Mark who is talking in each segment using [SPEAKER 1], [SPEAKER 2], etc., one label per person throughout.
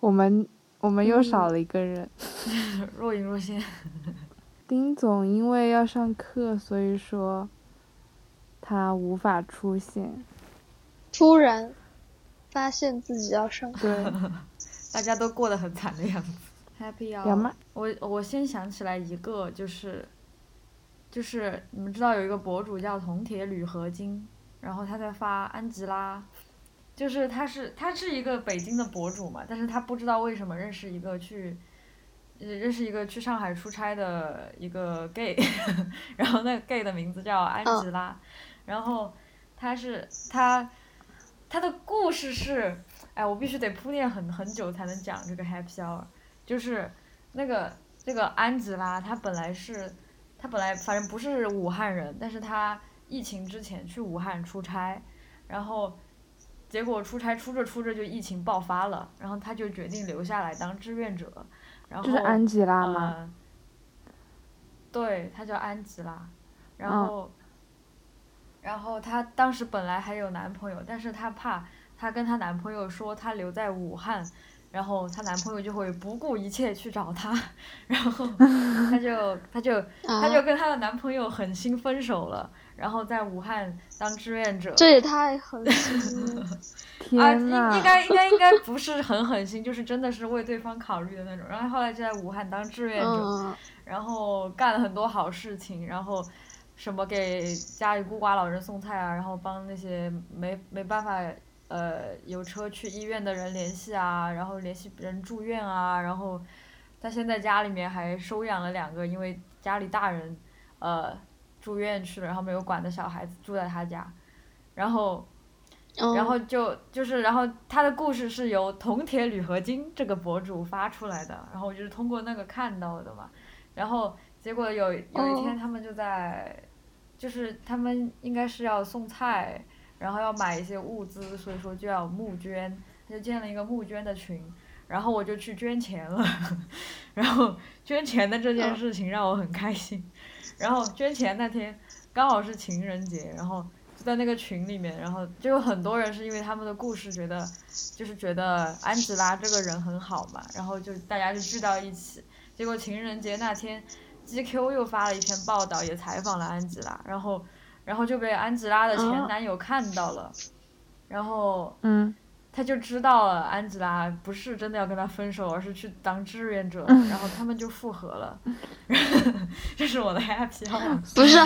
[SPEAKER 1] 我们我们
[SPEAKER 2] 嗯
[SPEAKER 1] 又少了一个人。
[SPEAKER 2] 若隐若现。
[SPEAKER 1] 丁总因为要上课，所以说他无法出现。
[SPEAKER 3] 突然发现自己要上课，
[SPEAKER 1] 对，
[SPEAKER 2] 大家都过得很惨的样子。Happy
[SPEAKER 1] 杨妈
[SPEAKER 2] Hour，我我先想起来一个，就是就是你们知道有一个博主叫铜铁铝合金，然后他在发安吉拉，就是他是他是一个北京的博主嘛，但是他不知道为什么认识一个去。呃认识一个去上海出差的一个 gay，然后那个 gay 的名字叫安吉拉，然后他是他他的故事是，哎，我必须得铺垫很很久才能讲这个 happy hour，就是那个这个安吉拉，她本来是她本来反正不是武汉人，但是她疫情之前去武汉出差，然后结果出差出着出着就疫情爆发了，然后她就决定留下来当志愿者，然后
[SPEAKER 1] 就是安吉拉
[SPEAKER 2] 嗯，
[SPEAKER 1] 嘛，
[SPEAKER 2] 对，她叫安吉拉，然
[SPEAKER 1] 嗯
[SPEAKER 2] 后、然后她当时本来还有男朋友，但是她怕她跟她男朋友说她留在武汉，然后她男朋友就会不顾一切去找她，然后她 就她就
[SPEAKER 1] 嗯
[SPEAKER 2] 她就
[SPEAKER 3] 啊，
[SPEAKER 2] 跟她的男朋友狠心分手了，然后在武汉当志愿者。
[SPEAKER 3] 这也太狠心了。
[SPEAKER 2] 啊，
[SPEAKER 1] 天
[SPEAKER 2] 应
[SPEAKER 1] 呐
[SPEAKER 2] 应，该应该应该不是很狠心，就是真的是为对方考虑的那种。然后后来就在武汉当志愿者，
[SPEAKER 3] 嗯，
[SPEAKER 2] 然后干了很多好事情，然后什么给家里孤寡老人送菜啊，然后帮那些没没办法呃有车去医院的人联系啊，然后联系人住院啊，然后他现在家里面还收养了两个，因为家里大人呃住院去了，然后没有管的小孩子住在他家，然后
[SPEAKER 3] 嗯
[SPEAKER 2] 然后就就是，然后他的故事是由铜铁铝合金这个博主发出来的，然后我就是通过那个看到的嘛。然后结果有有一天他们就在，就是他们应该是要送菜，然后要买一些物资，所以说就要募捐，他就建了一个募捐的群，然后我就去捐钱了， 然后捐钱的这件事情让我很开心，然后捐钱那天刚好是情人节，然后就在那个群里面，然后就有很多人是因为他们的故事觉得，就是觉得安吉拉这个人很好嘛，然后就大家就聚到一起，结果情人节那天，GQ 又发了一篇报道，也采访了安吉拉，然后然后就被安吉拉的前
[SPEAKER 3] 哦
[SPEAKER 2] 男友看到了，然后
[SPEAKER 1] 嗯，
[SPEAKER 2] 他就知道了安吉拉不是真的要跟他分手，而是去当志愿者，然后他们就复合了。 这是我的 happy hour。
[SPEAKER 3] 不 是，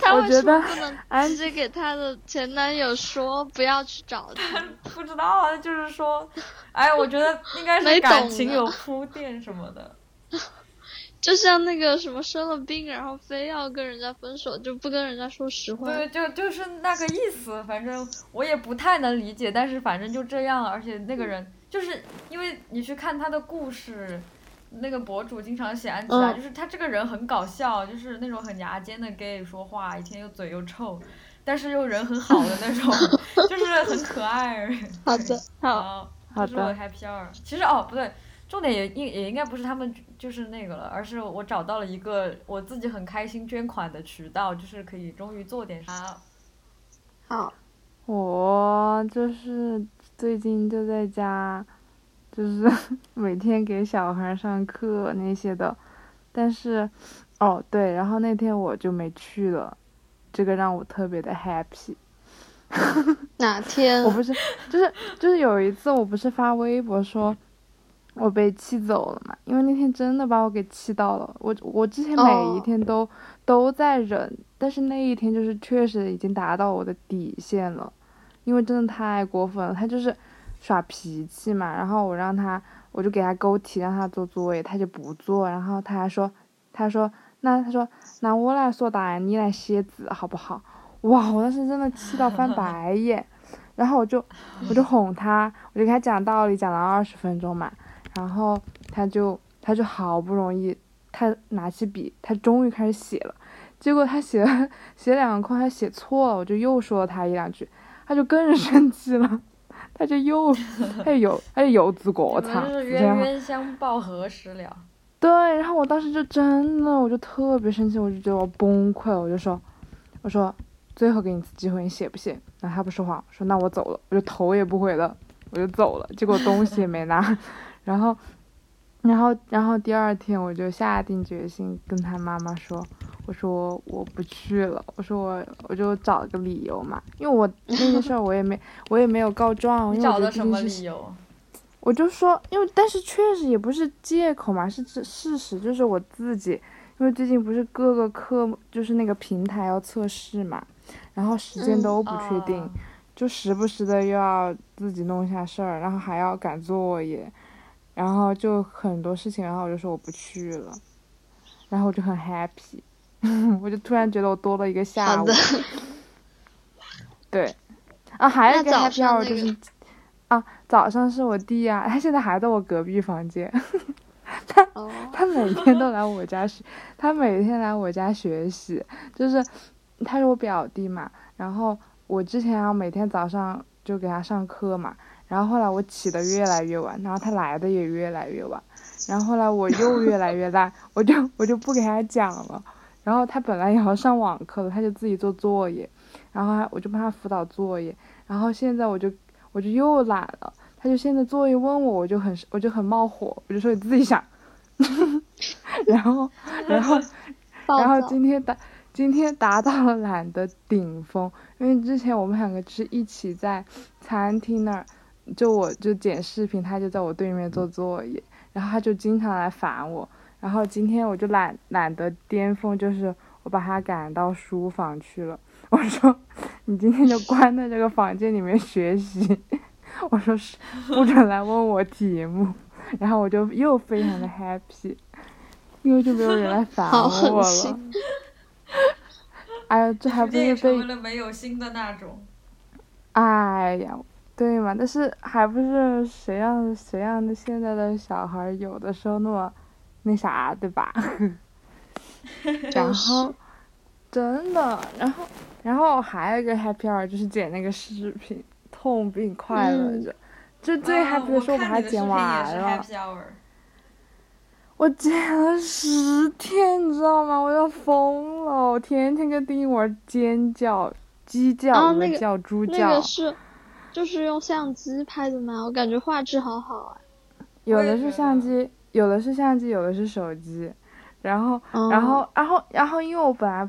[SPEAKER 3] 他
[SPEAKER 1] 我
[SPEAKER 3] 为
[SPEAKER 1] 觉
[SPEAKER 3] 什么
[SPEAKER 1] 得
[SPEAKER 3] 不能
[SPEAKER 1] 安
[SPEAKER 3] 直接给他的前男友说不要去找他？
[SPEAKER 2] 不知道啊，就是说，哎，我觉得应该是
[SPEAKER 3] 没懂
[SPEAKER 2] 感情
[SPEAKER 3] 呢
[SPEAKER 2] 有铺垫什么的。
[SPEAKER 3] 就像那个什么生了病，然后非要跟人家分手，就不跟人家说实话。
[SPEAKER 2] 对，就就是那个意思，反正我也不太能理解，但是反正就这样，而且那个人就是因为你去看他的故事，那个博主经常写安吉拉，
[SPEAKER 3] 嗯
[SPEAKER 2] 就是他这个人很搞笑，就是那种很牙尖的 gay 说话，一天又嘴又臭，但是又人很好的那种， 就是很可爱。
[SPEAKER 3] 好的，好，
[SPEAKER 2] 好，
[SPEAKER 1] 好
[SPEAKER 2] 哦这是我
[SPEAKER 1] 的
[SPEAKER 2] 的 happy hour。其实哦，不对，重点也应也应该不是他们就是那个了，而是我找到了一个我自己很开心捐款的渠道，就是可以终于做点啥。
[SPEAKER 3] 好，
[SPEAKER 1] 我就是最近就在家，就是 每天给小孩上课那些的，但是，哦对，然后那天我就没去了，这个让我特别的 happy。
[SPEAKER 3] 哪天
[SPEAKER 1] 我不是，就是就是有一次，我不是发微博说，我被气走了嘛，因为那天真的把我给气到了。我我之前每一
[SPEAKER 3] 哦
[SPEAKER 1] 天都、都在忍，但是那一天就是确实已经达到我的底线了，因为真的太过分了。他就是耍脾气嘛，然后我让他，我就给他勾题让他做作业，他就不做，然后他还说，他说那他说那我来做答案，你来写字好不好？哇，我当时真的气到翻白眼。 然后我就我就哄他，我就给他讲道理，讲了二十分钟嘛，然后他就他就好不容易，他拿起笔，他终于开始写了，结果他写了 写两块，他写错了，我就又说了他一两句，他就更生气了， 他就又他就有他就有自
[SPEAKER 2] 我
[SPEAKER 1] 国
[SPEAKER 2] 们
[SPEAKER 1] 场，
[SPEAKER 2] 是
[SPEAKER 1] 你知道
[SPEAKER 2] 冤
[SPEAKER 1] 吗？
[SPEAKER 2] 冤相报何时了？
[SPEAKER 1] 对，然后我当时就真的，我就特别生气，我就觉得我崩溃了，我就说，我说最后给你一次机会，你写不写？然后他不说话，我说那我走了，我就头也不回的我就走了，结果东西也没拿， 然后，然后，然后第二天我就下定决心跟他妈妈说，我说我不去了，我说我我就找个理由嘛，因为我那个事儿我也没我也没有告状，
[SPEAKER 2] 你
[SPEAKER 1] 因为我
[SPEAKER 2] 找
[SPEAKER 1] 觉得
[SPEAKER 2] 的
[SPEAKER 1] 毕
[SPEAKER 2] 什么
[SPEAKER 1] 竟是
[SPEAKER 2] 理由？
[SPEAKER 1] 我就说，因为但是确实也不是借口嘛，是事事实，就是我自己，因为最近不是各个科目就是那个平台要测试嘛，然后时间
[SPEAKER 3] 嗯
[SPEAKER 1] 都不确定，
[SPEAKER 2] 啊
[SPEAKER 1] 就时不时的又要自己弄一下事儿，然后还要赶作业，然后就很多事情，然后我就说我不去了，然后我就很 happy，我就 突然觉得我多了一个下
[SPEAKER 3] 好
[SPEAKER 1] 午
[SPEAKER 3] 的，，
[SPEAKER 1] 对，啊，还有一
[SPEAKER 3] 那
[SPEAKER 1] 个
[SPEAKER 3] 早
[SPEAKER 1] happy
[SPEAKER 3] 上
[SPEAKER 1] hour
[SPEAKER 3] 那
[SPEAKER 1] 就
[SPEAKER 3] 个
[SPEAKER 1] 是，啊，早上是我弟啊，他现在还在我隔壁房间，
[SPEAKER 3] 哦，
[SPEAKER 1] 他每天都来我家学， 他每天来我家学习，就是他是我表弟嘛，然后我之前要每天早上就给他上课嘛，然后后来我起的越来越晚，然后他来的也越来越晚，然后后来我又越来越烂，我就我就不给他讲了，然后他本来也要上网课的，他就自己做作业，然后还我就帮他辅导作业，然后现在我就我就又懒了。他就现在作业问我，我就很我就很冒火，我就说你自己想，然后，然后，
[SPEAKER 3] 暴
[SPEAKER 1] 然后
[SPEAKER 3] 躁
[SPEAKER 1] 今天达今天达到了懒的顶峰，因为之前我们两个是一起在餐厅那儿，就我就剪视频，他就在我对面做作业，然后他就经常来烦我，然后今天我就懒懒的巅峰就是我把他赶到书房去了，我说你今天就关在这个房间里面学习，我说是不准来问我题目，然后我就又非常的 happy。因为就没有人来烦
[SPEAKER 3] 好狠
[SPEAKER 1] 我了
[SPEAKER 3] 心，
[SPEAKER 1] 哎呀，这还不
[SPEAKER 2] 逐渐
[SPEAKER 1] 是
[SPEAKER 2] 成为
[SPEAKER 1] 被
[SPEAKER 2] 了没有心的那种。
[SPEAKER 1] 哎呀，对嘛？但是还不是谁让谁让的现在的小孩儿有的时候那么那啥，对吧？然
[SPEAKER 3] 是
[SPEAKER 1] 后真的，然后然后还有一个 happy hour 就是剪那个视频，痛并快乐
[SPEAKER 3] 嗯
[SPEAKER 1] 着。就最
[SPEAKER 2] 啊
[SPEAKER 1] happy 的时候，
[SPEAKER 2] 我
[SPEAKER 1] 把
[SPEAKER 2] 看
[SPEAKER 1] 它
[SPEAKER 2] 你的视
[SPEAKER 1] 剪
[SPEAKER 2] 频
[SPEAKER 1] 完了
[SPEAKER 2] 也，是 happy hour。
[SPEAKER 1] 我剪了十天，你知道吗？我要疯了，我天天跟丁一文尖叫、鸡叫、
[SPEAKER 3] 哦
[SPEAKER 1] 鹅
[SPEAKER 3] 那个
[SPEAKER 1] 叫、猪叫，
[SPEAKER 3] 那个是就是用相机拍的吗？我感觉画质好好啊。
[SPEAKER 1] 有
[SPEAKER 2] 我也
[SPEAKER 1] 的
[SPEAKER 2] 觉
[SPEAKER 1] 是相
[SPEAKER 2] 得
[SPEAKER 1] 机，有的是相机，有的是手机，然后，
[SPEAKER 3] 嗯、
[SPEAKER 1] 然后，然后，然后，因为我本来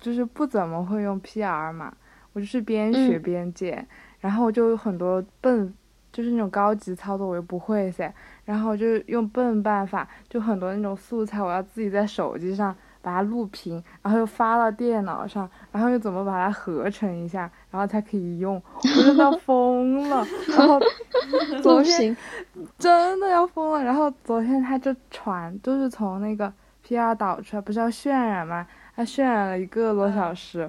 [SPEAKER 1] 就是不怎么会用 PR 嘛，我就是边学
[SPEAKER 3] 嗯
[SPEAKER 1] 边剪，然后我就有很多笨，就是那种高级操作我又不会噻，然后我就用笨办法，就很多那种素材我要自己在手机上把它录屏，然后又发到电脑上，然后又怎么把它合成一下，然后才可以用，我真的疯了， 然后昨
[SPEAKER 3] 不
[SPEAKER 1] 天。
[SPEAKER 3] 行，
[SPEAKER 1] 真的要疯了。然后昨天他就传，就是从那个 PR 导出来，不是要渲染吗？他渲染了一个多小时，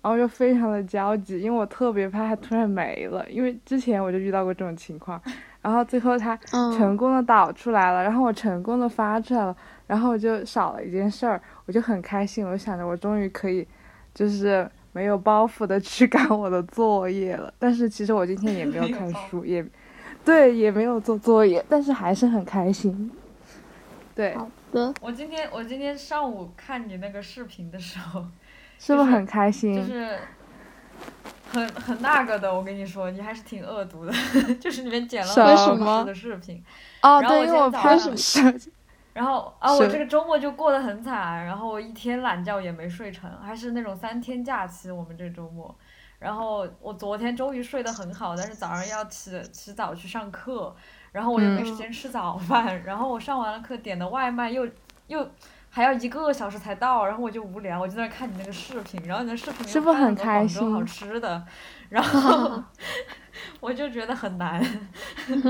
[SPEAKER 1] 然后就非常的焦急，因为我特别怕他突然没了，因为之前我就遇到过这种情况。然后最后他
[SPEAKER 3] 嗯
[SPEAKER 1] 成功的导出来了，然后我成功的发出来了，然后我就少了一件事儿，我就很开心，我就想着我终于可以，就是没有包袱的去 赶我的作业了。但是其实我今天也没有
[SPEAKER 2] 没有
[SPEAKER 1] 看
[SPEAKER 2] 包袱
[SPEAKER 1] 书，也对，也没有做作业，但是还是很开心。对，
[SPEAKER 3] 好的，
[SPEAKER 2] 我今天我今天上午看你那个视频的时候，
[SPEAKER 1] 是不
[SPEAKER 2] 就是
[SPEAKER 1] 是很开
[SPEAKER 2] 就
[SPEAKER 1] 心？
[SPEAKER 2] 是很很那个的。我跟你说，你还是挺恶毒的， 就是里面剪了
[SPEAKER 1] 什
[SPEAKER 2] 半小
[SPEAKER 1] 么
[SPEAKER 2] 时的视频。
[SPEAKER 1] 哦，
[SPEAKER 2] 然后我
[SPEAKER 1] 对，因为我
[SPEAKER 2] 今天早
[SPEAKER 1] 拍
[SPEAKER 2] 上
[SPEAKER 1] 手 机，
[SPEAKER 2] 然后啊，我
[SPEAKER 1] 是
[SPEAKER 2] 这个周末就过得很惨，然后我一天懒觉也没睡成，还是那种三天假期，我们这周末。然后我昨天终于睡得很好，但是早上要起起早去上课，然后我又没
[SPEAKER 1] 嗯
[SPEAKER 2] 时间吃早饭，然后我上完了课点的外卖又又还要一个小时才到，然后我就无聊，我就在那看你那个视频，然后你那视频里
[SPEAKER 1] 是不
[SPEAKER 2] 面
[SPEAKER 1] 是
[SPEAKER 2] 放了
[SPEAKER 1] 很
[SPEAKER 2] 多
[SPEAKER 1] 开
[SPEAKER 2] 广州好
[SPEAKER 1] 心
[SPEAKER 2] 吃的，然后 我就觉得很难。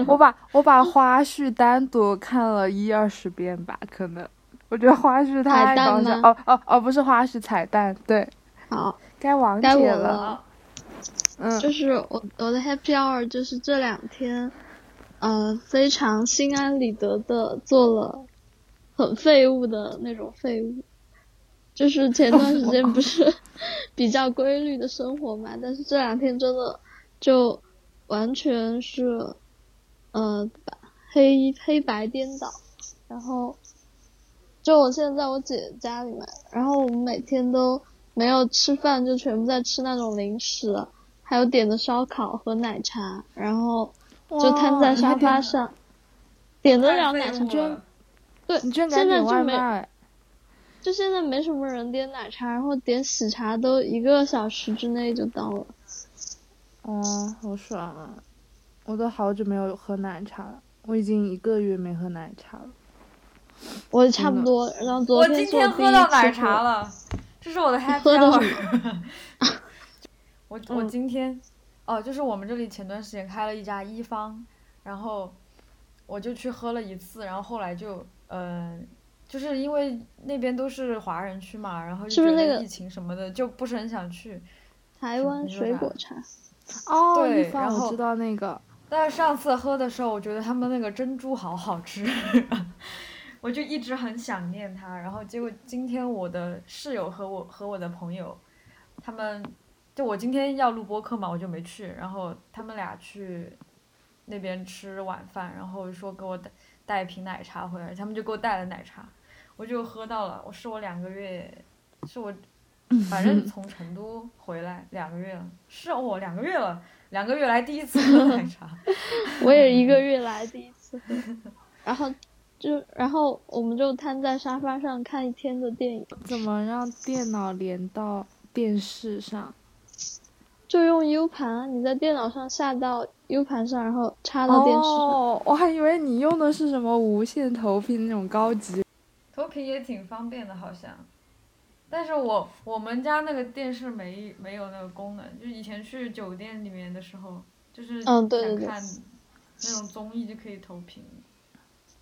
[SPEAKER 1] 我把我把花絮单独看了一二十遍吧，可能我觉得花絮太
[SPEAKER 3] 彩蛋
[SPEAKER 1] 搞笑。
[SPEAKER 3] 吗
[SPEAKER 1] 哦哦哦，不是花絮彩蛋，对，
[SPEAKER 3] 好，
[SPEAKER 1] 该王姐
[SPEAKER 3] 该我
[SPEAKER 1] 了。
[SPEAKER 3] 了。
[SPEAKER 1] 嗯，
[SPEAKER 3] 就是我我的 happy hour 就是这两天，呃，非常心安理得的做了很废物的那种废物，就是前段时间不是比较规律的生活嘛，但是这两天真的就完全是，呃，把黑黑白颠倒，然后就我现在在我姐家里嘛，然后我们每天都没有吃饭，啊就全部在吃那种零食。还有点的烧烤和奶茶，然后就瘫在沙发上，点了两奶
[SPEAKER 2] 太
[SPEAKER 3] 茶，
[SPEAKER 2] 废
[SPEAKER 3] 居
[SPEAKER 2] 物
[SPEAKER 3] 然
[SPEAKER 2] 了
[SPEAKER 3] 对，
[SPEAKER 1] 你居然敢
[SPEAKER 3] 现在
[SPEAKER 1] 点
[SPEAKER 3] 就
[SPEAKER 1] 外
[SPEAKER 3] 没
[SPEAKER 1] 卖？
[SPEAKER 3] 就现在没什么人点奶茶，然后点喜茶都一个小时之内就到了。
[SPEAKER 1] 哦，好爽啊！我都好久没有喝奶茶了，我已经一个月没喝奶茶了。
[SPEAKER 3] 我差不多，然后昨
[SPEAKER 2] 我今
[SPEAKER 3] 是我
[SPEAKER 2] 天
[SPEAKER 3] 第
[SPEAKER 2] 喝
[SPEAKER 3] 一
[SPEAKER 2] 到
[SPEAKER 3] 次
[SPEAKER 2] 奶
[SPEAKER 3] 喝
[SPEAKER 2] 茶了，这是我的 happy
[SPEAKER 3] 喝的什
[SPEAKER 2] hour。我我
[SPEAKER 3] 嗯
[SPEAKER 2] 今天，哦，就是我们这里前段时间开了一家一方，然后我就去喝了一次，然后后来就呃，就是因为那边都是华人区嘛，然后
[SPEAKER 3] 是
[SPEAKER 2] 就
[SPEAKER 3] 不是
[SPEAKER 2] 觉
[SPEAKER 3] 那
[SPEAKER 2] 得
[SPEAKER 3] 个
[SPEAKER 2] 疫情什么的就不是很想去。
[SPEAKER 3] 台湾水果茶，
[SPEAKER 1] 哦，
[SPEAKER 2] 对
[SPEAKER 1] 一方
[SPEAKER 2] 然后
[SPEAKER 1] 我知道那个，
[SPEAKER 2] 但是上次喝的时候，我觉得他们那个珍珠好好吃， 我就一直很想念它。然后结果今天我的室友和我和我的朋友，他们就我今天要录播客嘛，我就没去。然后他们俩去那边吃晚饭，然后说给我带带一瓶奶茶回来，他们就给我带了奶茶，我就喝到了。我是我两个月，是我反正从成都回来两个月了，是我、两个月了，两个月来第一次喝奶茶。
[SPEAKER 3] 我也一个月来第一次 喝，然后就然后我们就瘫在沙发上看一天的电影，
[SPEAKER 1] 怎么让电脑连到电视上？
[SPEAKER 3] 就用 U 盘，你在电脑上下到 U 盘上，然后插到电视上。
[SPEAKER 1] 哦，我还以为你用的是什么无线投屏那种高级。
[SPEAKER 2] 投屏也挺方便的，好像。但是我我们家那个电视没没有那个功能，就是以前去酒店里面的时候，就是
[SPEAKER 1] 哦
[SPEAKER 3] 嗯对对
[SPEAKER 2] 想
[SPEAKER 3] 对
[SPEAKER 2] 看那种综艺就可以投屏。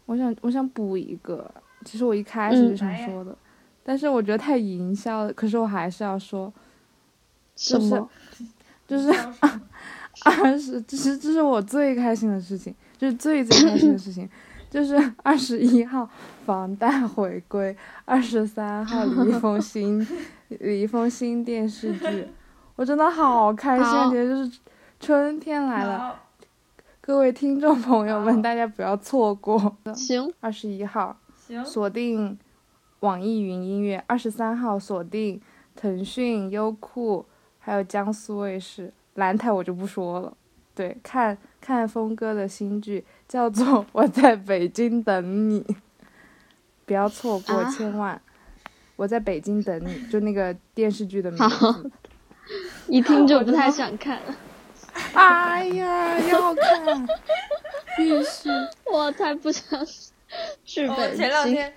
[SPEAKER 1] 我想，我想补一个，其实我一开始就
[SPEAKER 3] 嗯
[SPEAKER 1] 想
[SPEAKER 2] 来呀
[SPEAKER 1] 说的，但是我觉得太营销了，可是我还是要说，
[SPEAKER 3] 什
[SPEAKER 1] 就是
[SPEAKER 3] 么？
[SPEAKER 1] 就是
[SPEAKER 2] 不知 道什么
[SPEAKER 1] 二十，这是这是我最开心的事情，就是最最开心的事情，就是 二十一号房贷回归，二十三 号李易峰新李易峰新电视剧，我真的好开心，
[SPEAKER 3] 好
[SPEAKER 1] 感觉就是春天来了。
[SPEAKER 2] 好
[SPEAKER 1] 各位听众朋友
[SPEAKER 2] 好
[SPEAKER 1] 们，大家不要错过
[SPEAKER 3] 行，
[SPEAKER 1] 二十一号
[SPEAKER 2] 行，
[SPEAKER 1] 锁定网易云音乐，二十三号锁定腾讯、优酷，还有江苏卫视。蓝台我就不说了，对，看看峰哥的新剧叫做《我在北京等你》，不要错过，
[SPEAKER 3] 啊
[SPEAKER 1] 千万！我在北京等你，就那个电视剧的名
[SPEAKER 3] 好
[SPEAKER 1] 字。
[SPEAKER 3] 一听就不太想看。
[SPEAKER 1] 哎呀，要看，必须！
[SPEAKER 3] 我才不想去
[SPEAKER 2] 我
[SPEAKER 3] 北
[SPEAKER 2] 哦前两
[SPEAKER 3] 京。
[SPEAKER 2] 天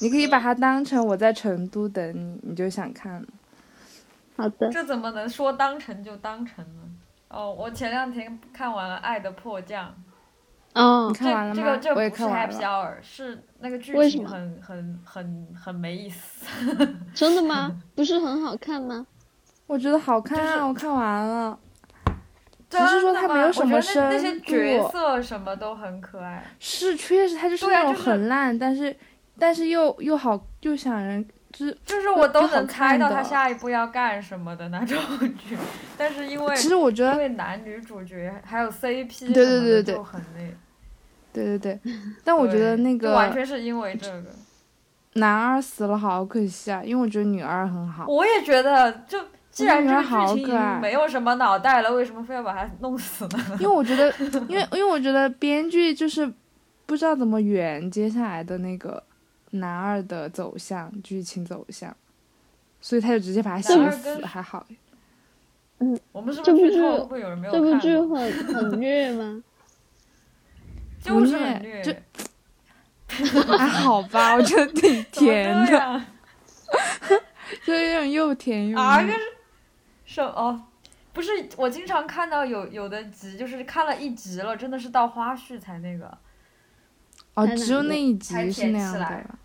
[SPEAKER 1] 你可以把它当成我在成都等你，你就想看了。
[SPEAKER 3] 好的，
[SPEAKER 2] 这怎么能说当成就当成呢？哦，我前两天看完了《爱的迫降》，
[SPEAKER 3] 嗯
[SPEAKER 1] 你，看完了
[SPEAKER 2] 这
[SPEAKER 1] 吗？
[SPEAKER 2] 这个这
[SPEAKER 1] 我也
[SPEAKER 2] 个不是
[SPEAKER 1] 看完
[SPEAKER 2] Happy
[SPEAKER 1] 了。
[SPEAKER 2] Hour，是那个剧
[SPEAKER 3] 为什
[SPEAKER 2] 情
[SPEAKER 3] 么
[SPEAKER 2] 很很很很没意思。
[SPEAKER 3] 真的吗？不是很好看吗？
[SPEAKER 1] 我觉得好看
[SPEAKER 2] 就是
[SPEAKER 1] 啊，我看完了。
[SPEAKER 2] 真的
[SPEAKER 1] 是说它没
[SPEAKER 2] 吗
[SPEAKER 1] 有
[SPEAKER 2] 我
[SPEAKER 1] 什
[SPEAKER 2] 觉
[SPEAKER 1] 么
[SPEAKER 2] 得那那些
[SPEAKER 1] 深
[SPEAKER 2] 角
[SPEAKER 1] 度
[SPEAKER 2] 色什么都很可爱。
[SPEAKER 1] 是，确实它就是
[SPEAKER 2] 对啊
[SPEAKER 1] 那种
[SPEAKER 2] 就是
[SPEAKER 1] 很烂，但是但是又又好，又想人，就是
[SPEAKER 2] 就是我都
[SPEAKER 1] 就好
[SPEAKER 2] 能猜到
[SPEAKER 1] 看的
[SPEAKER 2] 他下一步要干什么的那种剧，但是因为
[SPEAKER 1] 其实我觉
[SPEAKER 2] 因
[SPEAKER 1] 得，
[SPEAKER 2] 为男女主角还有 CP 什么的
[SPEAKER 1] 对对对对
[SPEAKER 2] 就很那，
[SPEAKER 1] 对对对。但我觉得
[SPEAKER 2] 对
[SPEAKER 1] 那
[SPEAKER 2] 就完
[SPEAKER 1] 个
[SPEAKER 2] 全是因为这个，
[SPEAKER 1] 男二死了好可惜啊，因为我觉得女二很好。
[SPEAKER 2] 我也觉得就既然这
[SPEAKER 1] 女
[SPEAKER 2] 个
[SPEAKER 1] 儿好
[SPEAKER 2] 剧情已
[SPEAKER 1] 可
[SPEAKER 2] 经
[SPEAKER 1] 爱
[SPEAKER 2] 没有什么脑袋了，为什么非要把他弄死呢？
[SPEAKER 1] 因为我觉得，因为因为我觉得编剧就是不知道怎么圆接下来的那个男二的走向、剧情走向，所以他就直接把他
[SPEAKER 2] 男
[SPEAKER 1] 写
[SPEAKER 2] 二
[SPEAKER 1] 死，
[SPEAKER 2] 跟
[SPEAKER 1] 还好。
[SPEAKER 2] 我们是
[SPEAKER 3] 这
[SPEAKER 2] 不
[SPEAKER 3] 不
[SPEAKER 2] 是
[SPEAKER 3] 是
[SPEAKER 2] 剧透？会不会有人没有
[SPEAKER 3] 这部
[SPEAKER 2] 看
[SPEAKER 3] 剧
[SPEAKER 2] 过？
[SPEAKER 3] 很很虐吗？
[SPEAKER 2] 就是
[SPEAKER 1] 不
[SPEAKER 2] 很
[SPEAKER 1] 虐
[SPEAKER 2] 虐，
[SPEAKER 1] 就还好吧，我觉得挺
[SPEAKER 2] 怎么这
[SPEAKER 1] 甜
[SPEAKER 2] 啊
[SPEAKER 1] 的，
[SPEAKER 2] 样
[SPEAKER 1] 就是那种又甜又
[SPEAKER 2] 啊，
[SPEAKER 1] 腻
[SPEAKER 2] 个是什哦，不是，我经常看到有有的集就是看了一集了，真的是到花絮才那个，
[SPEAKER 1] 哦，
[SPEAKER 3] 太难
[SPEAKER 1] 只有那一集
[SPEAKER 2] 了
[SPEAKER 1] 是那样
[SPEAKER 2] 才甜起
[SPEAKER 1] 的。嗯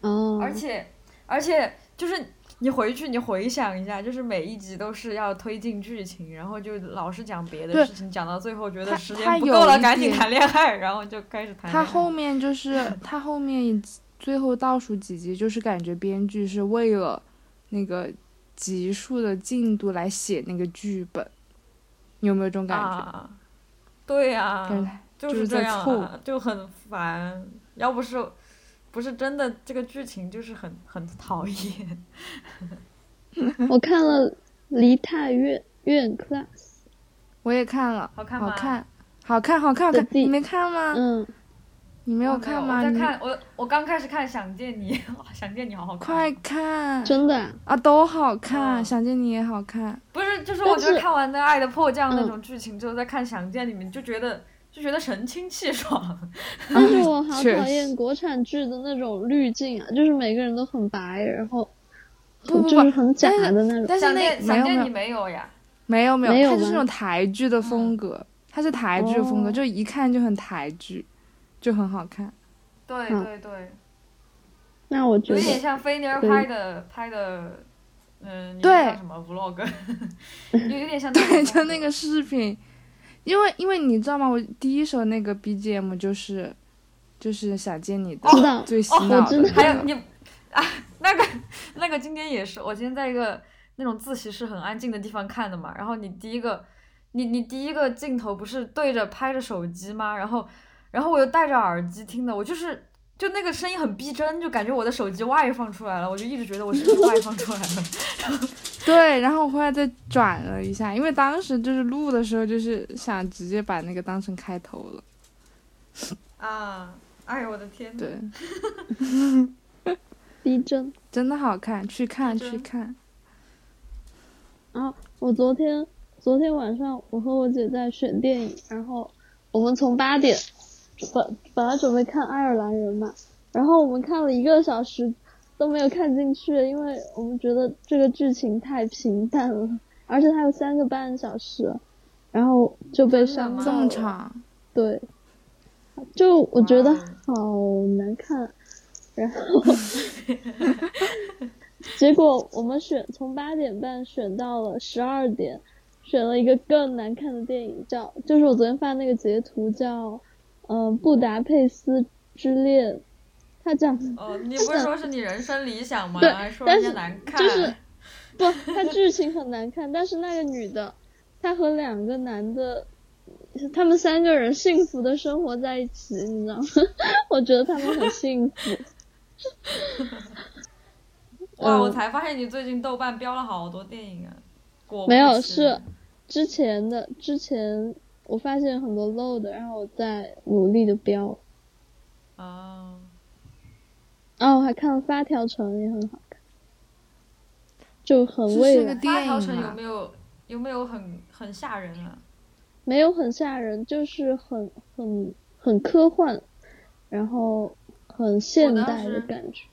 [SPEAKER 3] 哦，
[SPEAKER 2] 而且而且就是你回去你回想一下，就是每一集都是要推进剧情，然后就老是讲别的
[SPEAKER 1] 对
[SPEAKER 2] 事情，讲到最后觉得
[SPEAKER 1] 它
[SPEAKER 2] 时
[SPEAKER 1] 它
[SPEAKER 2] 间不
[SPEAKER 1] 有
[SPEAKER 2] 够了，
[SPEAKER 1] 一
[SPEAKER 2] 赶紧
[SPEAKER 1] 点
[SPEAKER 2] 谈恋爱，然后就开始谈
[SPEAKER 1] 他
[SPEAKER 2] 恋 爱。
[SPEAKER 1] 后面就是他后面一集最后倒数几集，就是感觉编剧是为了那个集数的进度来写那个剧本，你有没有这种感觉？
[SPEAKER 2] 啊，对呀、
[SPEAKER 1] 感觉
[SPEAKER 2] 就
[SPEAKER 1] 就是是
[SPEAKER 2] 这
[SPEAKER 1] 在
[SPEAKER 2] 样、
[SPEAKER 1] 凑
[SPEAKER 2] 啊，就很烦。要不是不是真的，这个剧情就是很很讨厌。
[SPEAKER 3] 我看了梨泰院院 class，
[SPEAKER 1] 我也看了，
[SPEAKER 2] 好看吗
[SPEAKER 1] 好看，好看，好看，好看
[SPEAKER 3] 自己
[SPEAKER 1] 你没看吗？
[SPEAKER 3] 嗯，
[SPEAKER 1] 你没
[SPEAKER 2] 哦没
[SPEAKER 1] 有看吗？
[SPEAKER 2] 我在
[SPEAKER 1] 你
[SPEAKER 2] 看，我我刚开始看《想见你》，哇想见你》好好看。
[SPEAKER 1] 快看
[SPEAKER 3] 真的、啊，
[SPEAKER 1] 啊，都好看，
[SPEAKER 2] 嗯
[SPEAKER 1] 想见你也好看，
[SPEAKER 2] 不是，就是
[SPEAKER 3] 但
[SPEAKER 2] 我觉得
[SPEAKER 3] 是
[SPEAKER 2] 看完那《爱的迫降》那
[SPEAKER 3] 嗯
[SPEAKER 2] 种剧情之后，再看《想见你》们，就觉得就觉得神清气爽。
[SPEAKER 3] 但是我好
[SPEAKER 1] 确
[SPEAKER 3] 讨厌
[SPEAKER 1] 实
[SPEAKER 3] 国产剧的那种滤镜啊，就是每个人都很白，然后
[SPEAKER 1] 不不不
[SPEAKER 3] 就是很假
[SPEAKER 1] 但是
[SPEAKER 3] 的那种。
[SPEAKER 1] 但是
[SPEAKER 2] 想
[SPEAKER 1] 那
[SPEAKER 2] 见
[SPEAKER 1] 没
[SPEAKER 2] 想
[SPEAKER 1] 有
[SPEAKER 2] 见
[SPEAKER 1] 没
[SPEAKER 2] 你
[SPEAKER 1] 有
[SPEAKER 2] 没有呀？
[SPEAKER 1] 没有没
[SPEAKER 3] 没
[SPEAKER 1] 有，
[SPEAKER 3] 有
[SPEAKER 1] 它就是
[SPEAKER 3] 吗
[SPEAKER 1] 那种台剧的风
[SPEAKER 2] 嗯
[SPEAKER 1] 格，它是台剧的风格，
[SPEAKER 3] 哦
[SPEAKER 1] 就一看就很台剧，就很好看。
[SPEAKER 2] 对
[SPEAKER 3] 嗯
[SPEAKER 2] 对对，
[SPEAKER 3] 那我觉
[SPEAKER 2] 有
[SPEAKER 3] 得
[SPEAKER 2] 一点像菲尼尔
[SPEAKER 3] 对
[SPEAKER 2] 拍的拍的，嗯，你
[SPEAKER 1] 对
[SPEAKER 2] 叫什么 vlog，有有点像那种
[SPEAKER 1] 对， 就
[SPEAKER 2] 风
[SPEAKER 1] 那
[SPEAKER 2] 格
[SPEAKER 1] 个视频，因为因为你知道吗？我第一首那个 BGM 就是就是想见你
[SPEAKER 2] 哦
[SPEAKER 3] 知道
[SPEAKER 1] 的最洗脑的
[SPEAKER 3] 我
[SPEAKER 1] 那
[SPEAKER 3] 知道
[SPEAKER 1] 个，
[SPEAKER 2] 还有你啊，那个那个今天也是，我今天在一个那种自习室很安静的地方看的嘛，然后你第一个，你你第一个镜头不是对着拍着手机吗？然后然后我又戴着耳机听的，我就是。就那个声音很逼真，就感觉我的手机外放出来了，我就一直觉得我是不是外放出来了。
[SPEAKER 1] 对，然后我后来再转了一下，因为当时就是录的时候，就是想直接把那个当成开头了。
[SPEAKER 2] 啊，哎呦我的天呐！
[SPEAKER 1] 对，
[SPEAKER 3] 逼真。
[SPEAKER 1] 真的好看，去看
[SPEAKER 2] 真
[SPEAKER 1] 去看。
[SPEAKER 3] 我昨天昨天晚上我和我姐在选电影，然后我们从八点本本来准备看《爱尔兰人》嘛，然后我们看了一个小时都没有看进去，因为我们觉得这个剧情太平淡了，而且它有三个半小时，然后就被删
[SPEAKER 2] 真
[SPEAKER 1] 这
[SPEAKER 2] 的吗
[SPEAKER 3] 掉
[SPEAKER 1] 么
[SPEAKER 3] 了。
[SPEAKER 1] 长，
[SPEAKER 3] 对，就我觉得
[SPEAKER 2] 哇
[SPEAKER 3] 好哦难看，然后结果我们选从八点半选到了十二点，选了一个更难看的电影叫，就是我昨天发那个截图叫，嗯、布达佩斯之恋，它讲
[SPEAKER 2] 哦，你不是说是你人生理想吗？
[SPEAKER 3] 对
[SPEAKER 2] 还说
[SPEAKER 3] 但
[SPEAKER 2] 人家
[SPEAKER 3] 是
[SPEAKER 2] 难看，
[SPEAKER 3] 就是不，它剧情很难看，但是那个女的，她和两个男的，他们三个人幸福的生活在一起，你知道吗？ 我觉得他们很幸福。
[SPEAKER 2] 哇！
[SPEAKER 3] 嗯
[SPEAKER 2] 我才发现你最近豆瓣标了好多电影啊。果不
[SPEAKER 3] 没有
[SPEAKER 2] 其
[SPEAKER 3] 是
[SPEAKER 2] 然
[SPEAKER 3] 之前的，之前我发现很多漏的，然后我在努力的标。
[SPEAKER 2] 啊，
[SPEAKER 3] 啊，我还看了《发条城》，也很好看，就很
[SPEAKER 1] 这
[SPEAKER 3] 未
[SPEAKER 1] 是个
[SPEAKER 3] 来，
[SPEAKER 2] 发
[SPEAKER 1] 电
[SPEAKER 2] 条城
[SPEAKER 1] 影
[SPEAKER 2] 有
[SPEAKER 1] 啊
[SPEAKER 2] 没，有有没有很很吓人啊？
[SPEAKER 3] 没有很吓人，就是很很很科幻，然后很现代的感觉。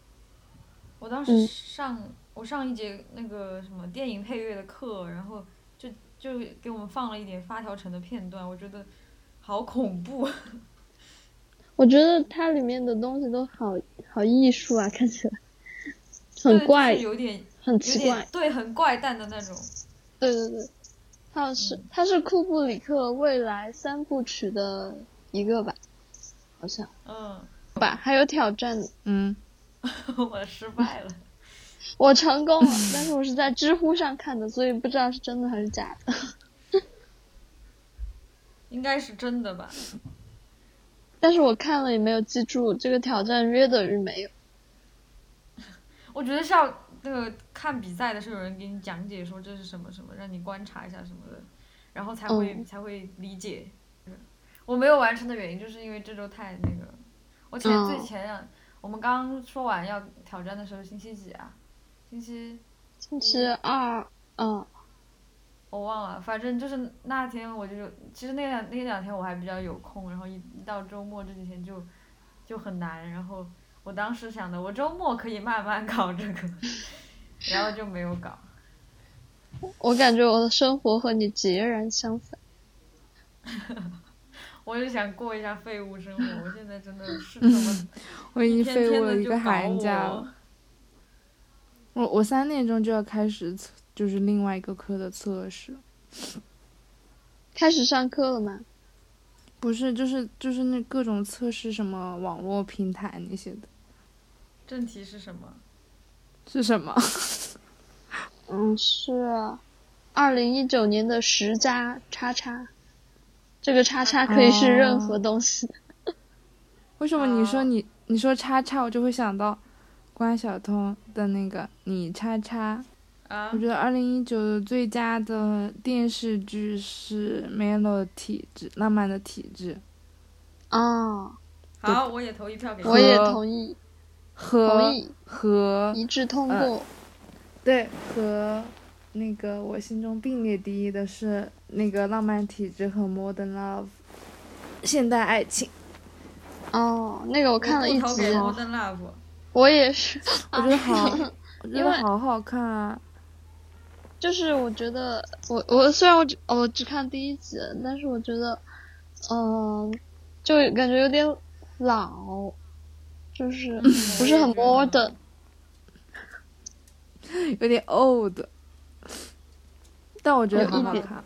[SPEAKER 2] 我当
[SPEAKER 3] 嗯
[SPEAKER 2] 时上、我上一节那个什么电影配乐的课，然后就就给我们放了一点发条城的片段，我觉得好 恐怖。
[SPEAKER 3] 我觉得它里面的东西都好好艺术啊， 看起来
[SPEAKER 2] 对，
[SPEAKER 3] 很
[SPEAKER 2] 就是
[SPEAKER 3] 怪，
[SPEAKER 2] 有点
[SPEAKER 3] 很
[SPEAKER 2] 有
[SPEAKER 3] 奇
[SPEAKER 2] 点
[SPEAKER 3] 怪。
[SPEAKER 2] 对，很怪诞的那种。
[SPEAKER 3] 对对对，它是它是库布里克未来三部曲的一个吧，好像
[SPEAKER 2] 嗯，
[SPEAKER 3] 吧，还有挑战的。
[SPEAKER 1] 嗯，
[SPEAKER 2] 我失败了。
[SPEAKER 3] 我成功了，但是我是在知乎上看的，所以不知道是真的还是假的。
[SPEAKER 2] 应该是真的吧？
[SPEAKER 3] 但是我看了也没有记住这个挑战约等于没有。
[SPEAKER 2] 我觉得是要那个看比赛的时候，有人给你讲解说这是什么什么，让你观察一下什么的，然后才会、
[SPEAKER 3] 嗯
[SPEAKER 2] 才会理解。我没有完成的原因，就是因为这周太那个。我前、
[SPEAKER 3] 嗯
[SPEAKER 2] 最前两，我们刚说完要挑战的时候，星期几啊？星期
[SPEAKER 3] 星期二，嗯，
[SPEAKER 2] 我忘了，反正就是那天我就其实那两那两天我还比较有空，然后一一到周末这几天就就很难，然后我当时想的我周末可以慢慢搞这个， 然后就没有搞。
[SPEAKER 3] 我感觉我的生活和你截然相反。
[SPEAKER 2] 我就想过一下废物生活，我现在真的是怎么
[SPEAKER 1] 我已
[SPEAKER 2] 一
[SPEAKER 1] 经嗯
[SPEAKER 2] 天
[SPEAKER 1] 废
[SPEAKER 2] 天
[SPEAKER 1] 物了
[SPEAKER 2] 的
[SPEAKER 1] 一
[SPEAKER 2] 就
[SPEAKER 1] 个
[SPEAKER 2] 搞
[SPEAKER 1] 寒假
[SPEAKER 2] 我
[SPEAKER 1] 了。。我我三点钟就要开始测，就是另外一个科的测试，
[SPEAKER 3] 开始上课了吗？
[SPEAKER 1] 不是就是就是那各种测试什么网络平台那些的，
[SPEAKER 2] 正题是什么？
[SPEAKER 1] 是什么？
[SPEAKER 3] 嗯，是二零一九年的十加叉叉，这个叉叉可以是任何东西。
[SPEAKER 1] 为什么你说
[SPEAKER 2] 哦
[SPEAKER 1] 你、你说叉叉，我就会想到关晓彤的那个你叉叉，
[SPEAKER 2] 啊
[SPEAKER 1] 我觉得二零一九的最佳的电视剧是《Melo 的体质》，《浪漫的体质
[SPEAKER 3] 哦，
[SPEAKER 2] 好，我也投一票给你。
[SPEAKER 3] 我也同意，》同
[SPEAKER 1] 和
[SPEAKER 3] 意，
[SPEAKER 1] 和
[SPEAKER 3] 一致通过。
[SPEAKER 1] 对和那个我心中并列第一的是那个《浪漫体质》和《Modern Love》，现代爱情。
[SPEAKER 3] 哦，那个我看了一
[SPEAKER 2] 我不投
[SPEAKER 3] 集哦
[SPEAKER 2] 给，Modern Love，哦
[SPEAKER 3] 我也是，
[SPEAKER 1] 我觉得 好，我觉
[SPEAKER 3] 啊因
[SPEAKER 1] 得
[SPEAKER 3] 为
[SPEAKER 1] 好好看啊！
[SPEAKER 3] 就是我觉得我我虽然我只哦我只看第一集，但是我觉得，嗯、就感觉有点老，就是不是很
[SPEAKER 2] 我也觉得
[SPEAKER 3] modern。
[SPEAKER 1] 有点 old，但我觉得
[SPEAKER 3] 有
[SPEAKER 1] 很
[SPEAKER 3] 一
[SPEAKER 1] 好
[SPEAKER 3] 点
[SPEAKER 1] 看。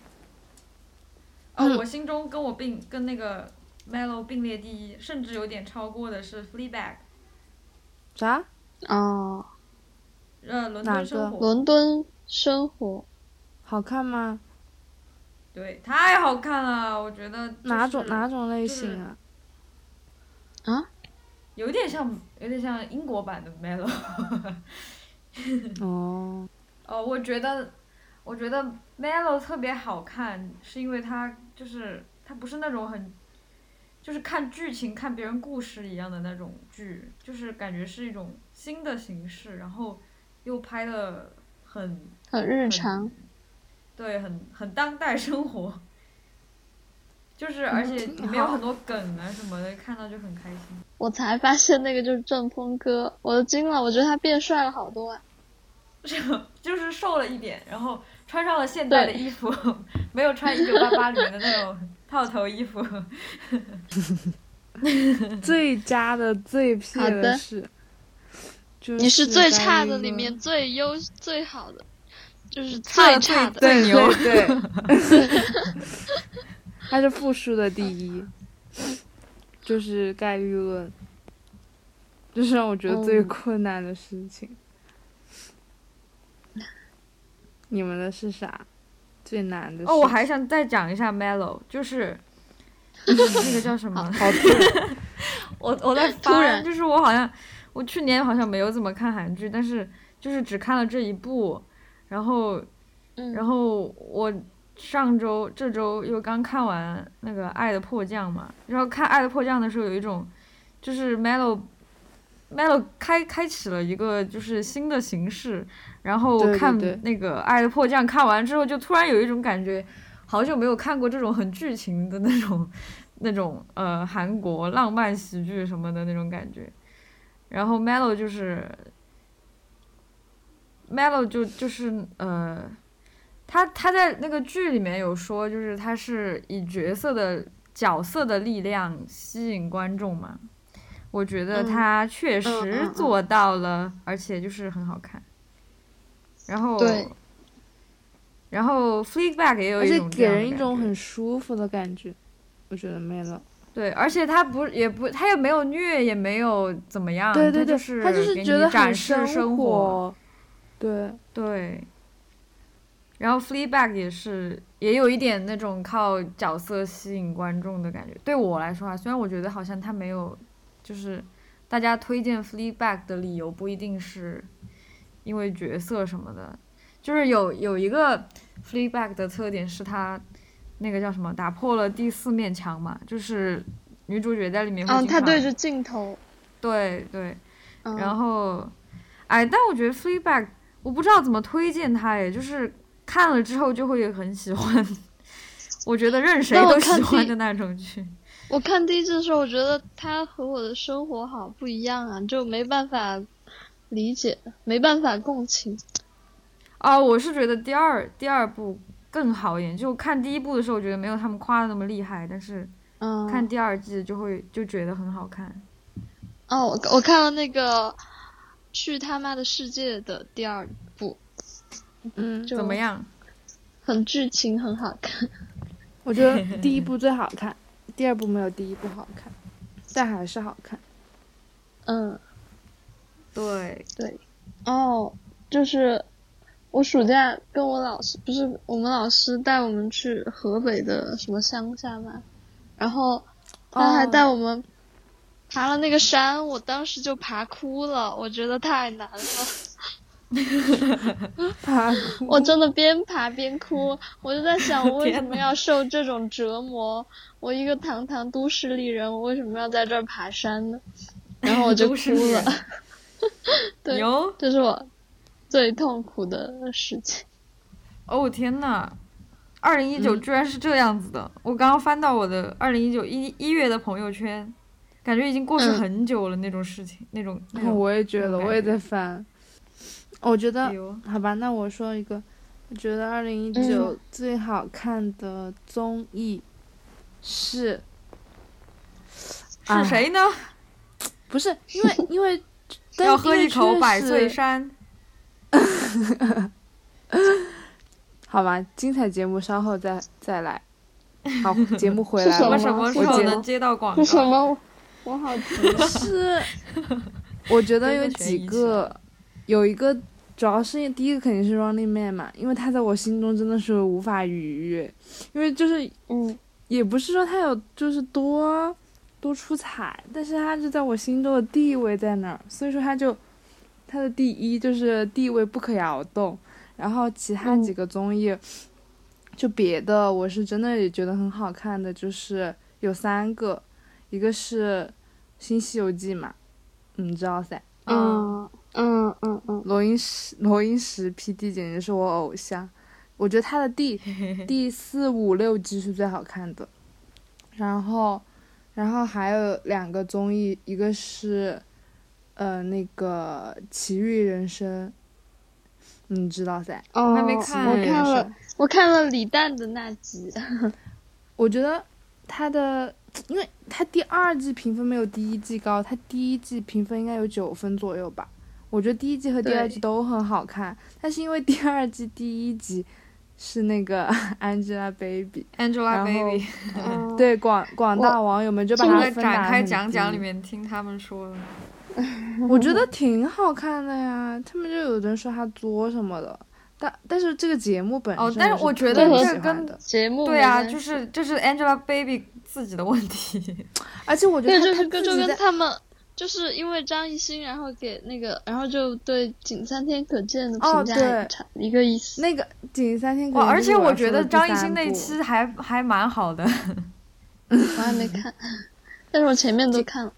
[SPEAKER 1] 嗯
[SPEAKER 2] 哦，我心中跟我并跟那个 Melo 并列第一，甚至有点超过的是 Fleabag，
[SPEAKER 1] 啥？
[SPEAKER 3] 哦，
[SPEAKER 2] 呃，伦
[SPEAKER 1] 哪
[SPEAKER 2] 敦
[SPEAKER 1] 个
[SPEAKER 2] 生活，
[SPEAKER 3] 伦敦生活
[SPEAKER 1] 好看吗？
[SPEAKER 2] 对，太好看了，我觉得、就是、
[SPEAKER 1] 哪种哪种类
[SPEAKER 2] 就是
[SPEAKER 1] 型啊？
[SPEAKER 2] 有点像，有点像英国版的 Melo。
[SPEAKER 1] 哦，
[SPEAKER 2] 哦，我觉得，我觉得 Melo 特别好看，是因为它就是它不是那种很，就是看剧情、看别人故事一样的那种剧，就是感觉是一种新的形式，然后又拍的很
[SPEAKER 3] 很日常，
[SPEAKER 2] 对，很很当代生活，就是而且
[SPEAKER 1] 挺
[SPEAKER 2] 里面有
[SPEAKER 1] 好
[SPEAKER 2] 很多梗啊什么的，看到就很开心。
[SPEAKER 3] 我才发现那个就是郑峰哥，我都惊了，我觉得他变帅了好多啊！
[SPEAKER 2] 就是瘦了一点，然后穿上了现代的
[SPEAKER 3] 对
[SPEAKER 2] 衣服， 没有穿一九八八里面的那种套头衣服。嗯
[SPEAKER 1] 最佳的最撇
[SPEAKER 3] 好的
[SPEAKER 1] 是，就
[SPEAKER 3] 你嗯是最
[SPEAKER 1] 在
[SPEAKER 3] 差的
[SPEAKER 1] 一
[SPEAKER 3] 里
[SPEAKER 1] 个
[SPEAKER 3] 面最优最好的，就是
[SPEAKER 2] 差
[SPEAKER 3] 最
[SPEAKER 2] 的
[SPEAKER 3] 差的。
[SPEAKER 1] 对
[SPEAKER 2] 最牛
[SPEAKER 1] 对对， 它是复数的第一，就是概率论，这是让我觉得最
[SPEAKER 3] 嗯
[SPEAKER 1] 困难的事情。你们的是啥？最难的
[SPEAKER 2] 哦，我
[SPEAKER 1] 事
[SPEAKER 2] 还想再讲一下 Melo，就是。嗯那个叫什么？
[SPEAKER 1] 好痛
[SPEAKER 2] 我我在
[SPEAKER 3] 突然
[SPEAKER 2] 翻，就是我好像我去年好像没有怎么看韩剧，但是就是只看了这一部，然后
[SPEAKER 3] 嗯，
[SPEAKER 2] 然后我上周、这周又刚看完那个《爱的迫降》嘛，然后看《爱的迫降》的时候，有一种就是 Melo Melo 开开启了一个就是新的形式，然后
[SPEAKER 1] 对对
[SPEAKER 2] 看
[SPEAKER 1] 对
[SPEAKER 2] 那个《爱的迫降》看完之后，就突然有一种感觉，好久没有看过这种很剧情的那种 那种呃韩国浪漫喜剧什么的那种感觉。然后 Melo 就是 Melo 就就是呃，他他在那个剧里面有说，就是他是以角色的角色的力量吸引观众嘛。我觉得
[SPEAKER 3] 嗯
[SPEAKER 2] 他确
[SPEAKER 3] 嗯
[SPEAKER 2] 实
[SPEAKER 3] 嗯
[SPEAKER 2] 做到了，而且就是很好看。然后
[SPEAKER 3] 对，
[SPEAKER 2] 然后 Fleabag 也有
[SPEAKER 1] 而
[SPEAKER 2] 一
[SPEAKER 1] 且
[SPEAKER 2] 种这
[SPEAKER 1] 给
[SPEAKER 2] 样的
[SPEAKER 1] 人一
[SPEAKER 2] 感
[SPEAKER 1] 种
[SPEAKER 2] 觉
[SPEAKER 1] 很舒服的感觉，我觉得没了。
[SPEAKER 2] 对，而且他不也不他也没有虐，也没有怎么样，
[SPEAKER 1] 对对对，
[SPEAKER 2] 他就是
[SPEAKER 1] 他就是
[SPEAKER 2] 给
[SPEAKER 1] 觉
[SPEAKER 2] 你
[SPEAKER 1] 得
[SPEAKER 2] 展
[SPEAKER 1] 很
[SPEAKER 2] 示生活，
[SPEAKER 1] 活，对，
[SPEAKER 2] 对。然后 Fleabag 也是也有一点那种靠角色吸引观众的感觉。对我来说啊，虽然我觉得好像他没有，就是大家推荐 Fleabag 的理由不一定是因为角色什么的，就是有有一个 Fleabag 的特点是它那个叫什么打破了第四面墙嘛，就是女主角在里面会
[SPEAKER 3] 嗯，
[SPEAKER 2] 经
[SPEAKER 3] 他
[SPEAKER 2] 常
[SPEAKER 3] 对着镜头，
[SPEAKER 2] 对对，
[SPEAKER 3] 嗯，
[SPEAKER 2] 然后，哎，但我觉得 Fleabag 我不知道怎么推荐它，哎，就是看了之后就会很喜欢， 我觉得任谁
[SPEAKER 3] 但我
[SPEAKER 2] 都喜
[SPEAKER 3] 看
[SPEAKER 2] 欢
[SPEAKER 3] 第
[SPEAKER 2] 的那种剧。
[SPEAKER 3] 我看第一季的时候，我觉得他和我的生活好不一样啊，就没办法理解，没办法共情。
[SPEAKER 2] 哦，我是觉得第二第二部更好一点，就看第一部的时候，我觉得没有他们夸的那么厉害，但是
[SPEAKER 3] 嗯，
[SPEAKER 2] 看第二季就会就觉得很好看。
[SPEAKER 3] 哦，我我看了那个《去他妈的世界》的第二部，
[SPEAKER 1] 嗯，
[SPEAKER 3] 就
[SPEAKER 2] 怎么？样？
[SPEAKER 3] 很剧情，很好看。
[SPEAKER 1] 我觉 得第一部最好看，第二部没有第一部好看，但还是好 看。
[SPEAKER 3] 嗯，
[SPEAKER 2] 对，
[SPEAKER 3] 哦，就是我暑假跟我老师，不是我们老师带我们去河北的什么乡下嘛，然后他还
[SPEAKER 1] 哦
[SPEAKER 3] 带我们 爬了那个山，我当时就爬哭了，我觉得太难了。
[SPEAKER 1] 爬哭
[SPEAKER 3] 我真的边爬边哭，我就在想，我为什么要受这种折磨？我一个堂堂都市丽人，我为什么要在这儿爬山呢？然后我就
[SPEAKER 2] 都
[SPEAKER 3] 哭
[SPEAKER 2] 市丽
[SPEAKER 3] 了
[SPEAKER 2] 人。
[SPEAKER 3] 对
[SPEAKER 2] 牛！
[SPEAKER 3] 这是我最痛苦的事情。
[SPEAKER 2] 哦天呐，二零一九
[SPEAKER 3] 嗯
[SPEAKER 2] 居然是这样子的！我刚刚翻到我的二零一九一一月的朋友圈，感觉已经过去
[SPEAKER 3] 嗯
[SPEAKER 2] 很久了那种事情，那种那
[SPEAKER 1] 然后
[SPEAKER 2] 种。
[SPEAKER 1] 哦我也觉
[SPEAKER 2] 那
[SPEAKER 1] 得，
[SPEAKER 2] 种
[SPEAKER 1] 我
[SPEAKER 2] 感
[SPEAKER 1] 也在翻。我觉得
[SPEAKER 2] 哎呦
[SPEAKER 1] 好吧，那我说一个，我觉得二零一九
[SPEAKER 3] 嗯
[SPEAKER 1] 最好看的综艺是啊
[SPEAKER 2] 是谁呢？
[SPEAKER 1] 不是因为因为但
[SPEAKER 2] 要
[SPEAKER 1] 是
[SPEAKER 2] 喝
[SPEAKER 1] 因为
[SPEAKER 2] 一口
[SPEAKER 1] 确
[SPEAKER 2] 百岁
[SPEAKER 1] 实
[SPEAKER 2] 山。
[SPEAKER 1] 好吧，精彩节目稍后再再来。 好，节目回
[SPEAKER 3] 是
[SPEAKER 1] 来
[SPEAKER 3] 什
[SPEAKER 2] 我
[SPEAKER 1] 了
[SPEAKER 3] 么。
[SPEAKER 2] 什么时
[SPEAKER 1] 我
[SPEAKER 2] 候
[SPEAKER 1] 觉
[SPEAKER 2] 能接到广
[SPEAKER 3] 为什
[SPEAKER 2] 告？
[SPEAKER 3] 么？我好急。
[SPEAKER 1] 是，我觉得
[SPEAKER 2] 真的
[SPEAKER 1] 有
[SPEAKER 2] 悬疑
[SPEAKER 1] 几
[SPEAKER 2] 起
[SPEAKER 1] 个，有一个主要是第一个肯定是 Running Man 嘛，因为他在我心中真的是无法逾越，因为就是
[SPEAKER 3] 嗯，
[SPEAKER 1] 也不是说他有就是多多出彩，但是他就在我心中的地位在那儿，所以说他就他的第一就是地位不可摇动，然后其他
[SPEAKER 3] 嗯
[SPEAKER 1] 几个综艺、就别的我是真的也觉得很好看的，就是有三个，一个是《新西游记》嘛，你知道噻，
[SPEAKER 2] 嗯，
[SPEAKER 3] 嗯嗯嗯嗯，
[SPEAKER 1] 罗英石罗英石 PD 简直是我偶像，我觉得他的第 第四五六季是最好看的，然后然后还有两个综艺，一个是呃那个《奇遇人生》，你知道噻？
[SPEAKER 3] 哦，
[SPEAKER 2] 我还没看
[SPEAKER 3] 我
[SPEAKER 1] 奇遇人
[SPEAKER 3] 看
[SPEAKER 1] 生
[SPEAKER 3] 了，我看了李诞的那集。
[SPEAKER 1] 我觉得他的，因为他第二季评分没有第一季高，他第一季评分应该有九分左右吧。我觉得第一季和第二季
[SPEAKER 3] 对
[SPEAKER 1] 都很好看，但是因为第二季第一集是那个 Angelababy，然后
[SPEAKER 2] Angelababy，
[SPEAKER 3] 嗯，
[SPEAKER 1] 对广广大
[SPEAKER 3] 我
[SPEAKER 1] 网友们就把
[SPEAKER 2] 我
[SPEAKER 1] 它
[SPEAKER 2] 在
[SPEAKER 1] 分打
[SPEAKER 2] 展
[SPEAKER 1] 得
[SPEAKER 2] 开
[SPEAKER 1] 很
[SPEAKER 2] 讲讲里
[SPEAKER 1] 低，
[SPEAKER 2] 面听他们说，
[SPEAKER 1] 我觉得挺好看的呀。他们就有人说他作什么的，但但是这个节目本身
[SPEAKER 2] 哦但是我觉
[SPEAKER 3] 得
[SPEAKER 1] 很
[SPEAKER 3] 这
[SPEAKER 1] 喜欢
[SPEAKER 2] 跟
[SPEAKER 1] 的，
[SPEAKER 3] 节目
[SPEAKER 2] 对啊，
[SPEAKER 3] 没关
[SPEAKER 2] 就
[SPEAKER 3] 系
[SPEAKER 2] 是这是 Angelababy 自己的问题，
[SPEAKER 1] 而且我觉得
[SPEAKER 3] 对，
[SPEAKER 1] 他
[SPEAKER 3] 就
[SPEAKER 1] 他
[SPEAKER 3] 是跟
[SPEAKER 1] 自
[SPEAKER 3] 就
[SPEAKER 1] 己
[SPEAKER 3] 跟
[SPEAKER 1] 在
[SPEAKER 3] 他们，就是因为张艺兴，然后给那个，然后就对仅三天可见的
[SPEAKER 1] 哦
[SPEAKER 3] 评价也
[SPEAKER 1] 对
[SPEAKER 3] 差一个意思。
[SPEAKER 1] 那个《仅三天可
[SPEAKER 2] 哇！
[SPEAKER 1] 见
[SPEAKER 2] 而
[SPEAKER 1] 就是
[SPEAKER 2] 且
[SPEAKER 1] 我要
[SPEAKER 2] 我
[SPEAKER 1] 说
[SPEAKER 2] 觉
[SPEAKER 1] 的
[SPEAKER 2] 得
[SPEAKER 1] 第
[SPEAKER 2] 张艺
[SPEAKER 1] 三
[SPEAKER 2] 兴那
[SPEAKER 1] 部
[SPEAKER 2] 期还还蛮好的，
[SPEAKER 3] 我还没看，但是我前面都看了。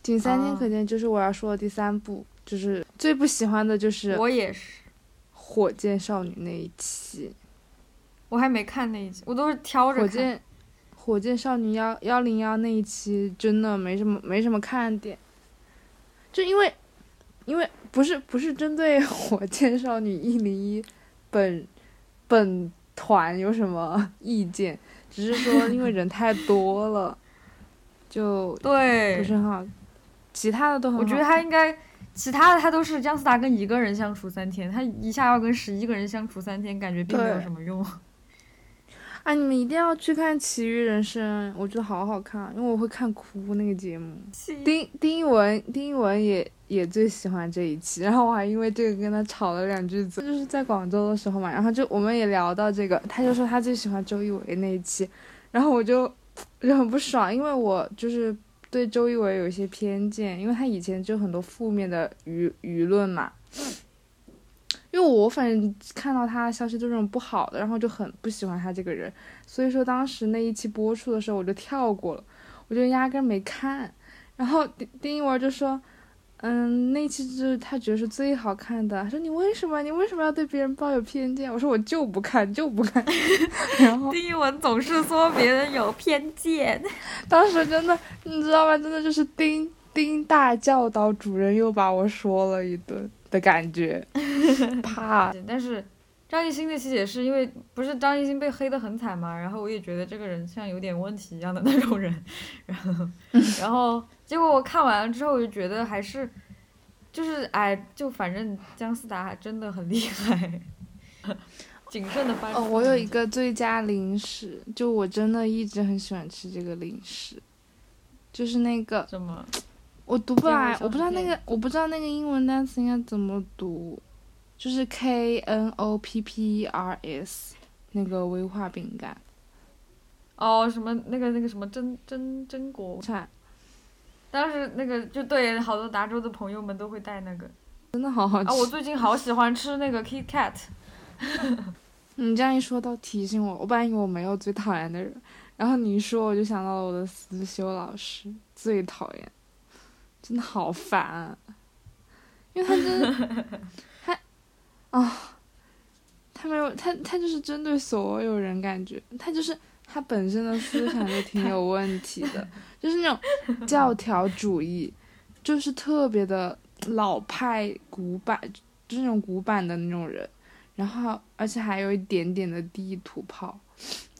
[SPEAKER 1] 仅三天
[SPEAKER 2] 啊
[SPEAKER 1] 可见，就是我要说的第三部，就是最不喜欢的就是《
[SPEAKER 2] 我也是，
[SPEAKER 1] 火箭少女》那一期，
[SPEAKER 2] 我还没看那一集，我都是挑
[SPEAKER 1] 《火
[SPEAKER 2] 着看。
[SPEAKER 1] 箭》《火箭少女幺幺零幺》那一期真的没什么没什么看点，就因为因为不是不是针对 《火箭少女一零一》本本团有什么意见，只是说因为人太多了，就
[SPEAKER 2] 对
[SPEAKER 1] 不，是很好，其他的都很好
[SPEAKER 2] 我
[SPEAKER 1] 看。
[SPEAKER 2] 觉得他应该，其他的他都是姜思达跟一个人相处三天，他一下要跟十一个人相处三天，感觉并没有
[SPEAKER 1] 对
[SPEAKER 2] 什么用。
[SPEAKER 1] 啊，你们一定要去看《奇遇人生》，我觉得好好看，啊因为我会看哭那个节目。丁丁一文，丁一文也也最喜欢这一期，然后我还因为这个跟他吵了两句嘴，就是在广州的时候嘛，然后就我们也聊到这个，他就说他最喜欢周一围那一期，然后我就就很不爽，因为我就是对周一围有一些偏见，因为他以前就很多负面的舆舆论嘛。因为我反正看到他的消息都是那种不好的，然后就很不喜欢他这个人，所以说当时那一期播出的时候我就跳过了，我就压根儿没看。然后丁丁一文就说：“嗯，那一期就是他觉得是最好看的。”他说：“你为什么？你为什么要对别人抱有偏见？”我说：“我就不看，就不看。” 然后
[SPEAKER 2] 丁一文总是说别人有偏 见，
[SPEAKER 1] 当时真的，你知道吗？真的就是丁丁大教导主任又把我说了一顿的感觉，怕。
[SPEAKER 2] 但是张艺兴那期也是因为不是张艺兴被黑的很惨嘛，然后我也觉得这个人像有点问题一样的那种人，然后 然后结果我看完了之后我就觉得还是就是哎，就反正姜思达还真的很厉害， 谨慎的发
[SPEAKER 1] 哦，我有一个最佳零食，就我真的一直很喜欢吃这个零食，就是那个
[SPEAKER 2] 什么
[SPEAKER 1] 我读不
[SPEAKER 2] 英文
[SPEAKER 1] 来，
[SPEAKER 2] 小
[SPEAKER 1] 我不知道
[SPEAKER 2] 纸
[SPEAKER 1] 那
[SPEAKER 2] 片
[SPEAKER 1] 个我不知道那个英文单词应该怎么读，就是 K N O P P E R S 那个威化饼干，
[SPEAKER 2] 哦什么那个那个什么真真真果，
[SPEAKER 1] 看
[SPEAKER 2] 当时那个就对好多达州的朋友们都会带那个，
[SPEAKER 1] 真的好好吃。
[SPEAKER 2] 啊，我最近好喜欢吃那个 Kit Kat，
[SPEAKER 1] 你这样一说，倒提醒我，我本来以为我没有最讨厌的人，然后你一说，我就想到了我的思修老师，最讨厌，真的好烦、啊，因为他真的他啊、他没有他他就是针对所有人，感觉他就是他本身的思想就挺有问题的，就是那种教条主义，就是特别的老派古板，就是那种古板的那种人。然后而且还有一点点的地图炮，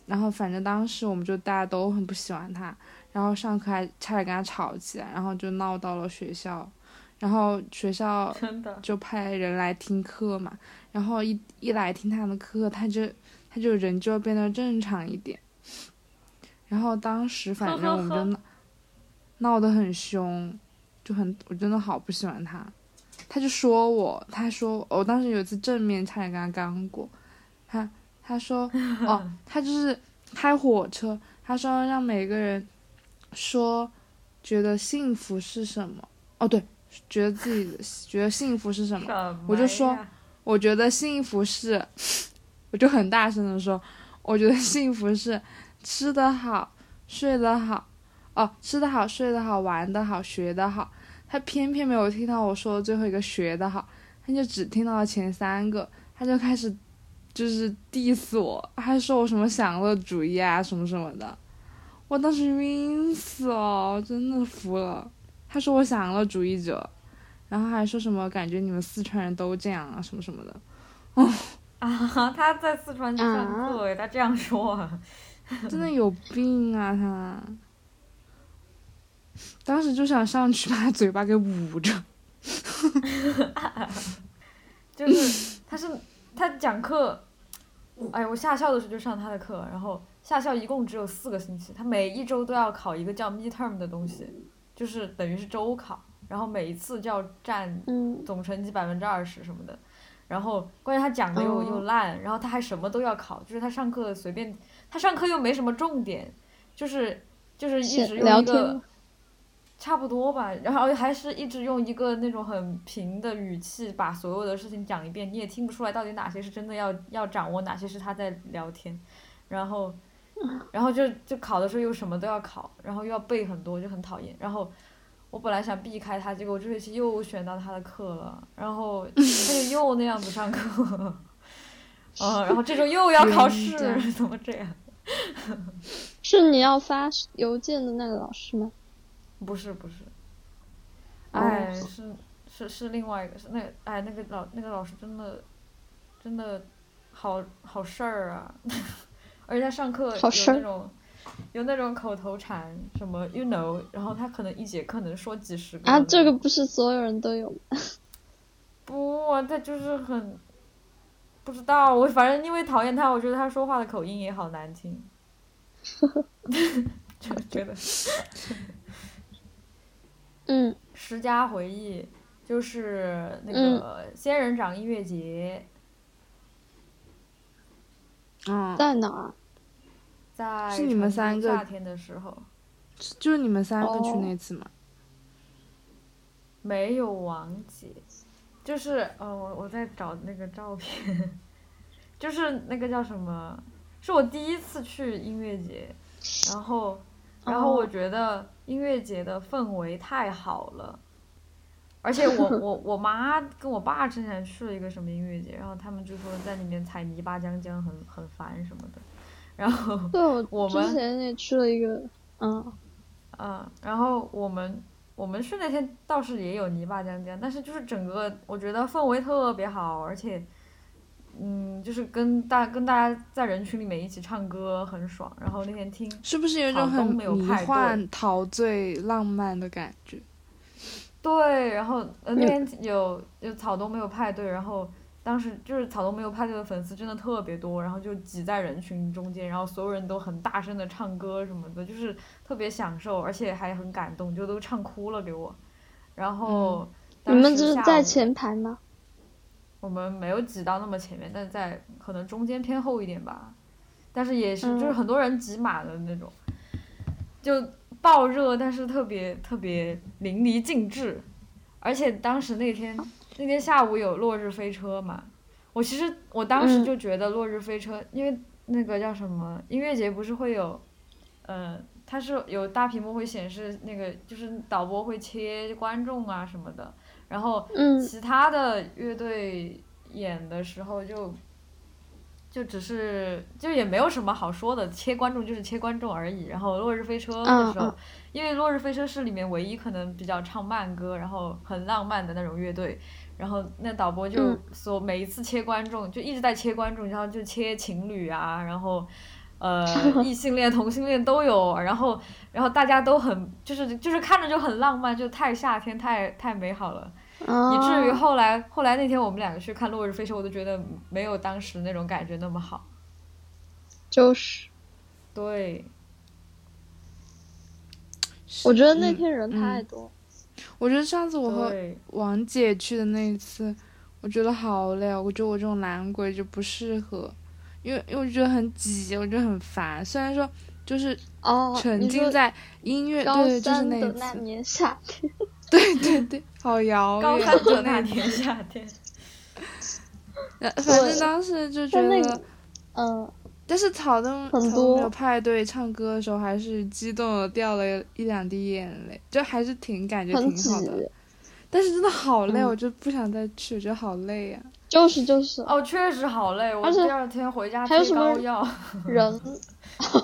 [SPEAKER 1] 然后反正当时我们就大家都很不喜欢他，然后上课还差点跟他吵起来，然后就闹到了学校，然后学校
[SPEAKER 2] 真的，
[SPEAKER 1] 就派人来听课嘛，然后一一来听他的课，他就他就人就变得正常一点。然后当时反正我们就闹闹得很凶，就很我真的好不喜欢他，他就说我，他说我当时有一次正面差点跟他刚过，他他说哦，他就是开火车，他说让每个人说觉得幸福是什么，哦对，觉得自己的觉得幸福是什么，我就说我觉得幸福是，我就很大声的说，我觉得幸福是吃得好，睡得好，哦，吃得好，睡得好，玩得好，学得好。他偏偏没有听到我说的最后一个学得好，他就只听到了前三个，他就开始就是 diss 我，还说我什么享乐主义啊什么什么的，我当时晕死了，真的服了。他说我享乐主义者，然后还说什么感觉你们四川人都这样啊什么什么的，
[SPEAKER 2] 啊，他在四川去上课诶，他这样说啊，
[SPEAKER 1] 真的有病啊他！当时就想上去把他嘴巴给捂着。
[SPEAKER 2] 就是他是他讲课，哎，我夏校的时候就上他的课，然后夏校一共只有四个星期，他每一周都要考一个叫 midterm 的东西，就是等于是周考，然后每一次就要占
[SPEAKER 3] 嗯，
[SPEAKER 2] 总成绩百分之二十什么的。然后关键他讲的又、
[SPEAKER 3] 哦
[SPEAKER 2] 又烂，然后他还什么都要考，就是他上课随便，他上课又没什么重点，就是就是一直用
[SPEAKER 3] 聊
[SPEAKER 2] 一个
[SPEAKER 3] 天
[SPEAKER 2] 差不多吧，然后还是一直用一个那种很平的语气把所有的事情讲一遍，你也听不出来到底哪些是真的要要掌握，哪些是他在聊天，然后然后就就考的时候又什么都要考，然后又要背很多，就很讨厌。然后我本来想避开他，结果我这学期又选到他的课了，然后 他就又那样子上课， 嗯，然后这周又要考试
[SPEAKER 1] 真的，
[SPEAKER 2] 怎么这样？
[SPEAKER 3] 是你要发邮件的那个老师吗？
[SPEAKER 2] 不是不是，
[SPEAKER 3] 哦
[SPEAKER 2] 哎，是是是另外一个，是那哎那个老那个老师真的真的好好事儿啊， 而且他上课有
[SPEAKER 3] 好事儿
[SPEAKER 2] 那种有那种口头禅，什么 you know，然后他可能一节课能说几十个
[SPEAKER 3] 啊，
[SPEAKER 2] 那
[SPEAKER 3] 这个
[SPEAKER 2] 种
[SPEAKER 3] 不是所有人都有吗？
[SPEAKER 2] 不啊，他就是很不知道，我反正因为讨厌他，我觉得他说话的口音也好 难听，就觉得。
[SPEAKER 3] 嗯，
[SPEAKER 2] 十佳回忆就是那
[SPEAKER 3] 嗯
[SPEAKER 2] 个仙人掌音乐节，
[SPEAKER 1] 嗯，
[SPEAKER 3] 在哪儿啊？
[SPEAKER 2] 在
[SPEAKER 1] 是你们三个
[SPEAKER 2] 成都夏天的时候
[SPEAKER 1] 就是你们三个去
[SPEAKER 3] 哦
[SPEAKER 1] 那次嘛。
[SPEAKER 2] 没有王姐，就是呃，我我在找那个照片， 就是那个叫什么，是我第一次去音乐节，然后然后我
[SPEAKER 3] 哦
[SPEAKER 2] 觉得音乐节的氛围太好了，而且 我我我妈跟我爸之前去了一个什么音乐节，然后他们就说在里面踩泥巴将将很很烦什么的，然后
[SPEAKER 3] 对，
[SPEAKER 2] 我
[SPEAKER 3] 我
[SPEAKER 2] 们
[SPEAKER 3] 之前也去了一个，嗯，
[SPEAKER 2] 嗯，然后我们我们去那天倒是也有泥巴江江，但是就是整个我觉得氛围特别好，而且，嗯，就是跟大跟大家在人群里面一起唱歌很爽。然后那天听，
[SPEAKER 1] 是不是有一种
[SPEAKER 2] 草东
[SPEAKER 1] 很
[SPEAKER 2] 没有
[SPEAKER 1] 迷
[SPEAKER 2] 派对
[SPEAKER 1] 幻、陶醉、浪漫的感觉？
[SPEAKER 2] 对，然后呃那
[SPEAKER 3] 嗯
[SPEAKER 2] 天有有草东没有派对，然后当时就是草东没有派对的粉丝真的特别多，然后就挤在人群中间，然后所有人都很大声的唱歌什么的，就是特别享受，而且还很感动，就都唱哭了给我。然后、
[SPEAKER 3] 嗯你
[SPEAKER 2] 当
[SPEAKER 3] 们
[SPEAKER 2] 时
[SPEAKER 3] 就是
[SPEAKER 2] 下
[SPEAKER 3] 在
[SPEAKER 2] 午
[SPEAKER 3] 前排 吗？
[SPEAKER 2] 我们没有挤到那么前面，但是在可能中间偏后一点吧，但是也是
[SPEAKER 3] 嗯
[SPEAKER 2] 就是很多人挤满了那种，就爆热，但是特别特别淋漓尽致，而且当时那天那天下午有《落日飞车》嘛，我其实我当时就觉得《落日飞车》因为那个叫什么音乐节不是会有，呃，它是有大屏幕会显示那个就是导播会切观众啊什么的，然后
[SPEAKER 3] 嗯
[SPEAKER 2] 其他的乐队演的时候就。就只是就也没有什么好说的，切观众就是切观众而已。然后《落日飞车》的时候，
[SPEAKER 3] 嗯嗯
[SPEAKER 2] 因为《落日飞车》是里面唯一可能比较唱慢歌，然后很浪漫的那种乐队，然后那导播就
[SPEAKER 3] 嗯
[SPEAKER 2] 所每一次切观众就一直在切观众，然后就切情侣啊，然后呃异性恋、同性恋都有，然后然后大家都很就是就是看着就很浪漫，就太夏天太太美好了。
[SPEAKER 3] 哦，
[SPEAKER 2] 以至于后来后来那天我们两个去看《落日飞车》，我都觉得没有当时那种感觉那么好。
[SPEAKER 3] 就是，
[SPEAKER 2] 对，
[SPEAKER 3] 我觉得那
[SPEAKER 1] 嗯
[SPEAKER 3] 天人
[SPEAKER 1] 嗯
[SPEAKER 3] 太多，
[SPEAKER 1] 我觉得上次我和
[SPEAKER 2] 对，
[SPEAKER 1] 王姐去的那一次，我觉得好累哦，我觉得我这种懒鬼就不适合，因为因为我觉得很挤，我觉得很烦。虽然说就是
[SPEAKER 3] 哦，
[SPEAKER 1] 沉
[SPEAKER 3] 你
[SPEAKER 1] 浸
[SPEAKER 3] 说
[SPEAKER 1] 在音乐，
[SPEAKER 3] 高
[SPEAKER 1] 对，就是
[SPEAKER 3] 三
[SPEAKER 1] 那
[SPEAKER 3] 的
[SPEAKER 1] 一
[SPEAKER 3] 那
[SPEAKER 1] 次，
[SPEAKER 3] 年夏天，
[SPEAKER 1] 对对对，好遥
[SPEAKER 2] 高
[SPEAKER 1] 远，
[SPEAKER 2] 三
[SPEAKER 1] 就
[SPEAKER 2] 的那年夏天，
[SPEAKER 1] 呃反正
[SPEAKER 3] 对
[SPEAKER 1] 当时就觉
[SPEAKER 3] 但那
[SPEAKER 1] 得
[SPEAKER 3] 个，，嗯，
[SPEAKER 1] 但是草东
[SPEAKER 3] 很
[SPEAKER 1] 草
[SPEAKER 3] 多
[SPEAKER 1] 东没有派对唱歌的时候，还是激动的掉了一两滴眼泪，就还是挺感觉
[SPEAKER 3] 很
[SPEAKER 1] 挺
[SPEAKER 3] 挤，
[SPEAKER 1] 好的。但是真的好累，
[SPEAKER 2] 嗯
[SPEAKER 1] 我就不想再去，我觉得好累呀、
[SPEAKER 3] 就是就是
[SPEAKER 1] 嗯
[SPEAKER 2] 哦，确实好累。我
[SPEAKER 3] 而且
[SPEAKER 2] 第二天回家
[SPEAKER 3] 还有
[SPEAKER 2] 贴
[SPEAKER 3] 什么
[SPEAKER 2] 膏药，
[SPEAKER 3] 人，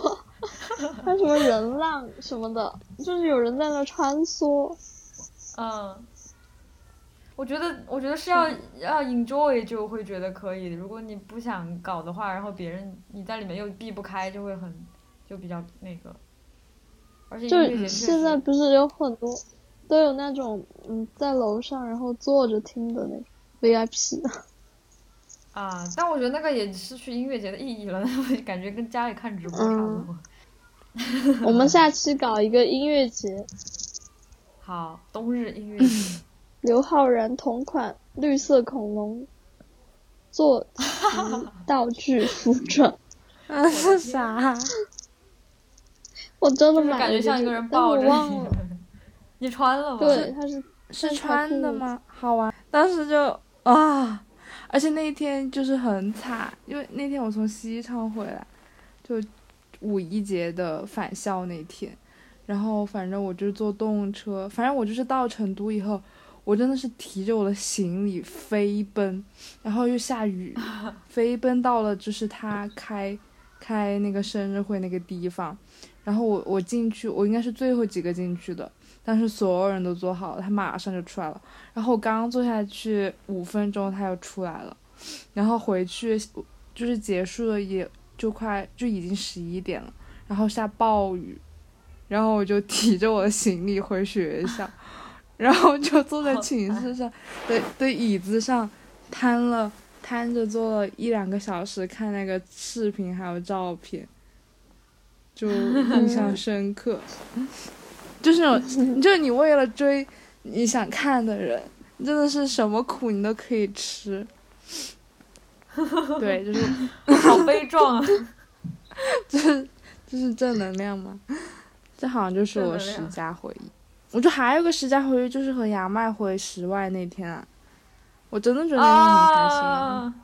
[SPEAKER 3] 还有什么人浪什么的，就是有人在那穿梭，
[SPEAKER 2] 嗯。我觉得，我觉得是要要 enjoy 就会觉得可以。如果你不想搞的话，然后别人你在里面又避不开，就会很就比较那个。而
[SPEAKER 1] 嗯
[SPEAKER 2] 且音
[SPEAKER 3] 就
[SPEAKER 2] 乐节
[SPEAKER 3] 是
[SPEAKER 2] 确实
[SPEAKER 3] 现在不是有很多都有那种嗯在楼上然后坐着听的那种 VIP 的，
[SPEAKER 2] 啊，但我觉得那个也失去音乐节的意义了， 感觉跟家里看直播差不
[SPEAKER 3] 嗯
[SPEAKER 2] 多。
[SPEAKER 3] 我们下期搞一个音乐节，
[SPEAKER 2] 好，冬日音 乐节
[SPEAKER 3] 刘昊然同款绿色恐龙 坐骑道具服装，
[SPEAKER 1] 啊。
[SPEAKER 2] 的天
[SPEAKER 1] 啥？
[SPEAKER 3] 我真的
[SPEAKER 2] 就是
[SPEAKER 3] 买
[SPEAKER 2] 感
[SPEAKER 3] 了
[SPEAKER 2] 觉像一
[SPEAKER 3] 这
[SPEAKER 2] 个人
[SPEAKER 3] 但
[SPEAKER 2] 抱
[SPEAKER 3] 我
[SPEAKER 2] 着
[SPEAKER 3] 忘
[SPEAKER 2] 你
[SPEAKER 3] 了，。
[SPEAKER 2] 你穿了吗？
[SPEAKER 3] 对，，它是
[SPEAKER 1] 是
[SPEAKER 3] 穿
[SPEAKER 1] 穿
[SPEAKER 3] 裤
[SPEAKER 1] 的
[SPEAKER 3] 子
[SPEAKER 1] 吗？好玩，当时就啊，而且那一天就是很惨，因为那天我从西昌回来，就五一节的返校那天，然后反正我就是坐动车，反正我就是到成都以后，我真的是提着我的行李飞奔，然后又下 雨，飞奔到了就是他开开那个生日会那个地方，然后我我进去，我应该是最后几个进去的。但是所有人都坐好了，他马上就出来了。然后我刚刚坐下去五分钟，他又出来了。然后回去就是结束了，也就快就已经十一点了，然后下暴雨，然后我就提着我的行李回学校， 然后就坐在
[SPEAKER 2] 好
[SPEAKER 1] 寝室上的的椅子上瘫了瘫着坐了一两个小时，看那个视频还有照片，就印象深 刻。就是那种，就是你为了追你想看的人，真的是什么苦你都可以吃。对，就是
[SPEAKER 2] 好悲 壮啊！
[SPEAKER 1] 就是就是正能量嘛。这好像就是我
[SPEAKER 2] 正能
[SPEAKER 1] 十
[SPEAKER 2] 量
[SPEAKER 1] 佳回忆。我觉得还有一个十佳回忆，就是和牙麦回室外那天啊，我真的觉得那天很开心啊、
[SPEAKER 2] 啊，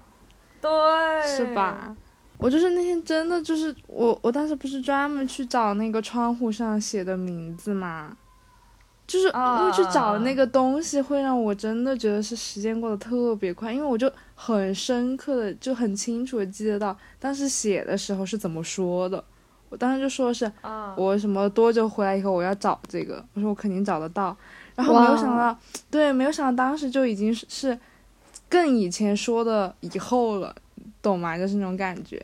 [SPEAKER 2] 对，
[SPEAKER 1] 是？吧？我就是那天真的就是我，我当时不是专门去找那个窗户上写的名字嘛，就是因为去找那个东西，会让我真的觉得是时间过得特别快，因为我就很深刻的就很清楚的记得到当时写的时候是怎么说的，我当时就说是
[SPEAKER 2] 啊，
[SPEAKER 1] 我什么多久回来以后我要找这个，我说我肯定找得到，然后没有
[SPEAKER 3] 哇
[SPEAKER 1] 想到，对，没有想到当时就已经是是更以前说的以后了，懂吗？就是那种感觉，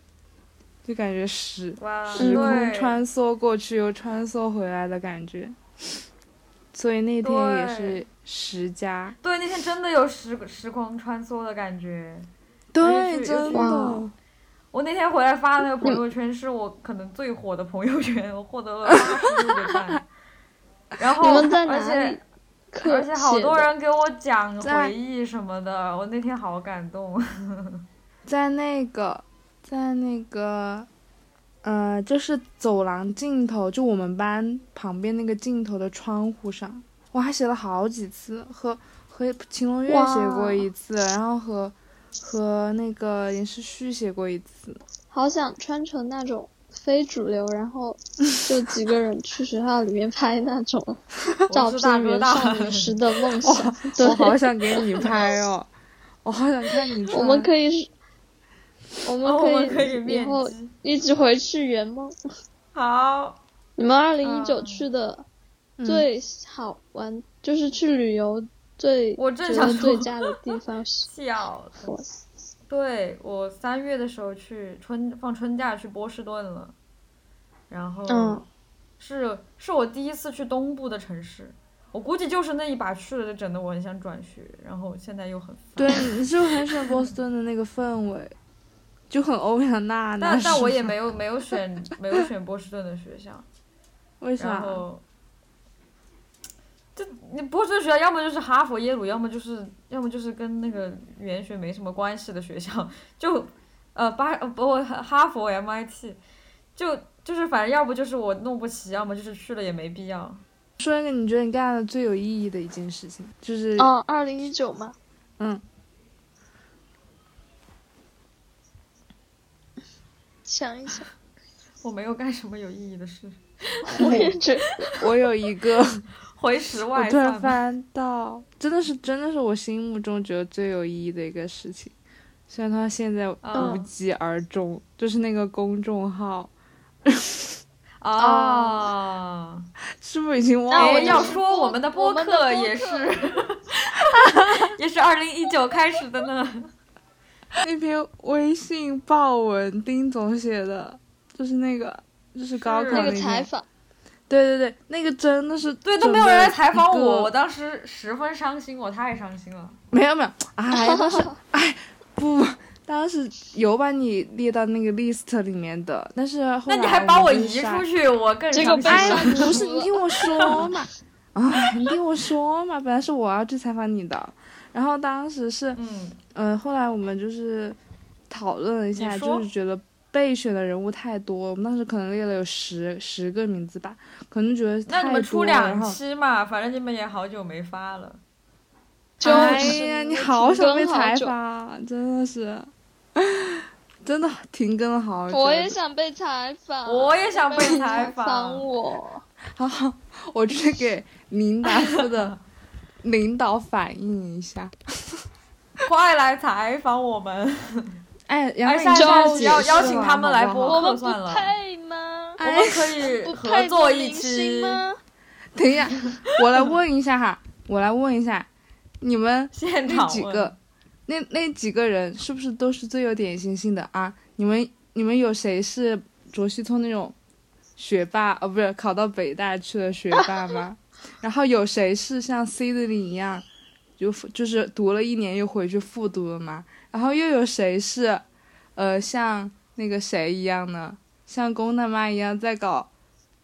[SPEAKER 1] 就感觉时
[SPEAKER 2] 哇，
[SPEAKER 1] 时空
[SPEAKER 2] 对
[SPEAKER 1] 穿梭过去又穿梭回来的感觉，所以那天也是十佳，
[SPEAKER 2] 对，那天真的有时时空穿梭的感觉。
[SPEAKER 1] 对，
[SPEAKER 2] 是
[SPEAKER 1] 真的
[SPEAKER 3] 哇，
[SPEAKER 2] 我那天回来发那个朋友圈，是我可能最火的朋友圈，我获得了八十六个 赞。然后，
[SPEAKER 3] 你们在哪
[SPEAKER 2] 哦而且
[SPEAKER 3] 里课
[SPEAKER 2] 而且好
[SPEAKER 3] 写
[SPEAKER 2] 多
[SPEAKER 3] 的
[SPEAKER 2] 人给我讲
[SPEAKER 1] 在
[SPEAKER 2] 回忆什么的，我那天好感 动。
[SPEAKER 1] 在那个在那个。呃，就是走廊尽头，就我们班旁边那个尽头的窗户上，我还写了好几次，和和秦龙月写过一次，然后和和那个严世旭写过一次。
[SPEAKER 3] 好想穿成那种非主流，然后就几个人去学校里面拍那 种照
[SPEAKER 2] 是大
[SPEAKER 3] 片
[SPEAKER 2] 哥
[SPEAKER 3] 原
[SPEAKER 2] 大
[SPEAKER 3] 少女时的 梦想。对
[SPEAKER 1] 我，好想给你拍哦，我好想看你穿。
[SPEAKER 3] 我们可以，我
[SPEAKER 2] 哦 我
[SPEAKER 3] 们
[SPEAKER 2] 们可以
[SPEAKER 3] 以以
[SPEAKER 2] 面
[SPEAKER 3] 后
[SPEAKER 2] 基。
[SPEAKER 3] 一直回去圆梦。
[SPEAKER 2] 好，
[SPEAKER 3] 你们二零一九
[SPEAKER 2] 嗯
[SPEAKER 3] 去的
[SPEAKER 1] 嗯
[SPEAKER 3] 最好玩，就是去旅游最
[SPEAKER 2] 我正
[SPEAKER 3] 觉
[SPEAKER 2] 想
[SPEAKER 3] 得
[SPEAKER 2] 说
[SPEAKER 3] 最佳的地方是
[SPEAKER 2] 笑死。
[SPEAKER 3] 我
[SPEAKER 2] 对我三月的时候去春放春假去波士顿了，然后
[SPEAKER 3] 嗯
[SPEAKER 2] 是是我第一次去东部的城市，我估计就是那一把去了，整的我很想转学，然后现在又很烦。
[SPEAKER 1] 对，你是不是很喜欢波士顿的那个氛围，就很欧阳娜娜
[SPEAKER 2] 但
[SPEAKER 1] 是吗？
[SPEAKER 2] 但我也没有没有选没有选波士顿的学校，
[SPEAKER 1] 为啥
[SPEAKER 2] 然？后，这你波士顿学校要么就是哈佛、耶鲁，要么就是要么就是跟那个语言学没什么关系的学校，就呃巴呃不哈哈佛 MIT，就就是反正要不就是我弄不起，要么就是去了也没必要。
[SPEAKER 1] 说一个你觉得你干的最有意义的一件事情，就是
[SPEAKER 3] 哦，二零一九嘛，
[SPEAKER 1] 嗯，
[SPEAKER 3] 想一想，
[SPEAKER 2] 我没有干什么有意义的事，
[SPEAKER 3] 我也觉得
[SPEAKER 1] 我有一 个，
[SPEAKER 2] 回时
[SPEAKER 1] 我
[SPEAKER 2] 外
[SPEAKER 1] 突然
[SPEAKER 2] 算吧。
[SPEAKER 1] 翻到，真的是真的是我心目中觉得最有意义的一个事情，虽然它现在无
[SPEAKER 2] 嗯
[SPEAKER 1] 疾而终，就是那个公众号，
[SPEAKER 2] 哦啊，
[SPEAKER 1] 是不是已经忘
[SPEAKER 3] 那
[SPEAKER 1] 了？
[SPEAKER 2] 哎，
[SPEAKER 3] 我
[SPEAKER 2] 要
[SPEAKER 3] 就是
[SPEAKER 2] 说我们的播
[SPEAKER 3] 我们的播
[SPEAKER 2] 客也是
[SPEAKER 3] 客
[SPEAKER 2] 也是二零一九开始的呢。
[SPEAKER 1] 那篇微信爆文丁总写的，就是那个就是高考
[SPEAKER 2] 是
[SPEAKER 3] 那个
[SPEAKER 1] 篇
[SPEAKER 3] 采访，
[SPEAKER 1] 对对对，那个真的是
[SPEAKER 2] 对，都没有人来采访
[SPEAKER 1] 准备了一
[SPEAKER 2] 我，
[SPEAKER 1] 个
[SPEAKER 2] 我当时十分伤心，我太伤心了。
[SPEAKER 1] 没有没有，哎，当时哎不， 当时有把你列到那个 list 里面的，但是后
[SPEAKER 2] 那
[SPEAKER 1] 来
[SPEAKER 2] 你还把
[SPEAKER 1] 我
[SPEAKER 2] 我
[SPEAKER 1] 们就
[SPEAKER 2] 移
[SPEAKER 1] 是
[SPEAKER 2] 出
[SPEAKER 1] 删
[SPEAKER 2] 去，我更
[SPEAKER 3] 这个
[SPEAKER 2] 伤心
[SPEAKER 3] 被
[SPEAKER 1] 哎
[SPEAKER 2] 了。
[SPEAKER 3] 删除
[SPEAKER 1] 不是你
[SPEAKER 3] 了
[SPEAKER 1] 听我说嘛，啊你听我说嘛，本来是我要去采访你的，然后当时是
[SPEAKER 2] 嗯，
[SPEAKER 1] 嗯、呃后来我们就是讨论了一下，
[SPEAKER 2] 你说
[SPEAKER 1] 就是觉得备选的人物太多，我们当时可能列了有十十个名字吧，可能觉得太
[SPEAKER 2] 那你
[SPEAKER 1] 多
[SPEAKER 2] 们出
[SPEAKER 1] 了然
[SPEAKER 2] 两
[SPEAKER 1] 后
[SPEAKER 2] 期嘛，反正你们也好久没发了。
[SPEAKER 3] 就
[SPEAKER 1] 哎
[SPEAKER 3] 是
[SPEAKER 1] 呀，你
[SPEAKER 3] 停
[SPEAKER 1] 好想被
[SPEAKER 3] 更好
[SPEAKER 1] 采
[SPEAKER 3] 久
[SPEAKER 1] 访 啊，真的是， 真的停更了好久。
[SPEAKER 3] 我也想被采访，
[SPEAKER 2] 我也想被
[SPEAKER 3] 没有人
[SPEAKER 2] 采
[SPEAKER 3] 啊采
[SPEAKER 2] 访
[SPEAKER 3] 我，
[SPEAKER 1] 好好， 我去给领导部 的领导反映一下。
[SPEAKER 2] 快来采访我们！
[SPEAKER 1] 哎，然后
[SPEAKER 2] 哎下
[SPEAKER 1] 你
[SPEAKER 3] 下
[SPEAKER 1] 就
[SPEAKER 3] 次要
[SPEAKER 1] 解释
[SPEAKER 3] 邀请
[SPEAKER 1] 了
[SPEAKER 2] 他们来
[SPEAKER 1] 好不
[SPEAKER 2] 播
[SPEAKER 1] 好
[SPEAKER 3] 我
[SPEAKER 2] 客
[SPEAKER 3] 们不
[SPEAKER 2] 算了
[SPEAKER 3] 配吗？
[SPEAKER 2] 我
[SPEAKER 1] 哎
[SPEAKER 2] 们可以
[SPEAKER 3] 不
[SPEAKER 2] 合
[SPEAKER 3] 配
[SPEAKER 2] 作
[SPEAKER 3] 做
[SPEAKER 2] 一
[SPEAKER 3] 明星
[SPEAKER 2] 期。
[SPEAKER 3] 吗？
[SPEAKER 1] 等一下，我来问一下哈，我来问一下，你们
[SPEAKER 2] 现
[SPEAKER 1] 那
[SPEAKER 2] 场
[SPEAKER 1] 几
[SPEAKER 2] 问
[SPEAKER 1] 个，那那几个人是不是都是最有典型性的啊？你们你们有谁是卓西聪那种学霸？哦，不是考到北大去了学霸吗？然后有谁是像 C 的你一样，就就是读了一年又回去复读了吗？然后又有谁是，呃，像那个谁一样呢？像龚大妈一样在搞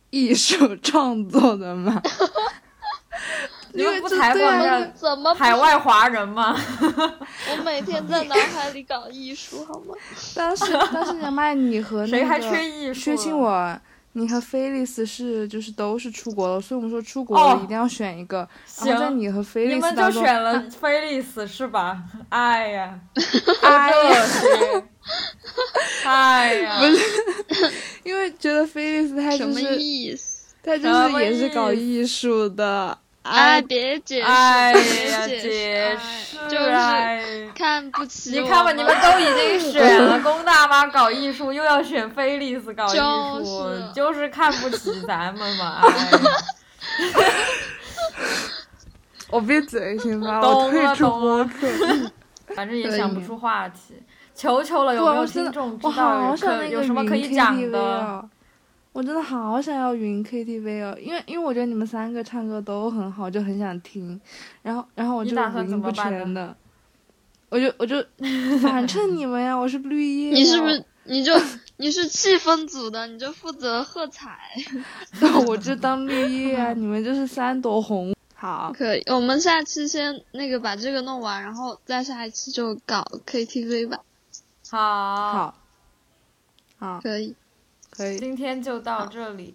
[SPEAKER 1] 艺术创作的吗？
[SPEAKER 2] 你
[SPEAKER 1] 因
[SPEAKER 2] 们
[SPEAKER 1] 为
[SPEAKER 2] 不
[SPEAKER 1] 这
[SPEAKER 2] 采
[SPEAKER 1] 对
[SPEAKER 2] 访
[SPEAKER 1] 啊
[SPEAKER 2] 一下
[SPEAKER 1] 因为
[SPEAKER 3] 怎么不
[SPEAKER 2] 海外华人吗？
[SPEAKER 3] 我每天在脑海里搞艺术，好吗？
[SPEAKER 1] 当时当时杨麦你和那
[SPEAKER 2] 谁
[SPEAKER 1] 个
[SPEAKER 2] 还缺艺术？
[SPEAKER 1] 薛
[SPEAKER 2] 啊
[SPEAKER 1] 庆文，你和菲利斯是就是都是出国了，所以我们说出国
[SPEAKER 2] 哦
[SPEAKER 1] 了一定要选一个。然后在
[SPEAKER 2] 行，
[SPEAKER 1] 你和菲
[SPEAKER 2] 你
[SPEAKER 1] 利斯
[SPEAKER 2] 们就
[SPEAKER 1] 当中，
[SPEAKER 2] 选了菲利斯是吧？哎呀，
[SPEAKER 1] 哎呀，
[SPEAKER 2] 这，哎呀，
[SPEAKER 1] 不是因为觉得菲利斯他
[SPEAKER 3] 什
[SPEAKER 1] 就
[SPEAKER 3] 么
[SPEAKER 1] 是
[SPEAKER 3] 意思？
[SPEAKER 1] 他就
[SPEAKER 2] 什
[SPEAKER 1] 是
[SPEAKER 2] 么
[SPEAKER 1] 也是搞
[SPEAKER 2] 意思
[SPEAKER 1] 艺术的，
[SPEAKER 3] 哎，
[SPEAKER 1] 哎，
[SPEAKER 3] 别解释，
[SPEAKER 2] 哎呀，
[SPEAKER 3] 别
[SPEAKER 2] 解
[SPEAKER 3] 释
[SPEAKER 2] 释，
[SPEAKER 3] 哎，就是
[SPEAKER 2] 哎
[SPEAKER 3] 看不起
[SPEAKER 2] 你
[SPEAKER 3] 我
[SPEAKER 2] 看吧，你们都已经选了龚大妈搞艺术，又要选菲利斯搞艺术，
[SPEAKER 3] 就是
[SPEAKER 2] 就是看不起咱们嘛。 哎、
[SPEAKER 1] 我闭 嘴行吧，我
[SPEAKER 2] 懂
[SPEAKER 1] 退
[SPEAKER 2] 了
[SPEAKER 1] 出
[SPEAKER 2] 懂
[SPEAKER 1] 播
[SPEAKER 2] 了
[SPEAKER 1] 客。
[SPEAKER 2] 反正也
[SPEAKER 3] 可以
[SPEAKER 2] 想不出话题。求求了，有
[SPEAKER 1] 不
[SPEAKER 2] 没有
[SPEAKER 1] 我真
[SPEAKER 2] 听
[SPEAKER 1] 的
[SPEAKER 2] 众知
[SPEAKER 1] 我
[SPEAKER 2] 道
[SPEAKER 1] 好想
[SPEAKER 2] 可
[SPEAKER 1] 那个
[SPEAKER 2] 有什么可以
[SPEAKER 1] 云
[SPEAKER 2] 讲
[SPEAKER 1] KTV
[SPEAKER 2] 的？
[SPEAKER 1] 哦，我真的好想要云 KTV 哦，因为因为我觉得你们三个唱歌都很好，就很想听，然后然后我
[SPEAKER 2] 你
[SPEAKER 1] 就
[SPEAKER 2] 打算
[SPEAKER 1] 五
[SPEAKER 2] 怎
[SPEAKER 1] 音
[SPEAKER 2] 么
[SPEAKER 1] 不
[SPEAKER 2] 办
[SPEAKER 1] 全的，我就 我就反衬你们呀，我是绿叶哟，
[SPEAKER 3] 你是不是你就你是气氛组的，你就负责喝彩。
[SPEAKER 1] 我就当绿叶啊，你们就是三朵红。好，
[SPEAKER 3] 可以，我们下期先那个把这个弄完，然后再下一期就搞 KTV 吧。
[SPEAKER 2] 好，
[SPEAKER 1] 好，好，
[SPEAKER 3] 可以，
[SPEAKER 1] 可以，
[SPEAKER 2] 今天就到这里，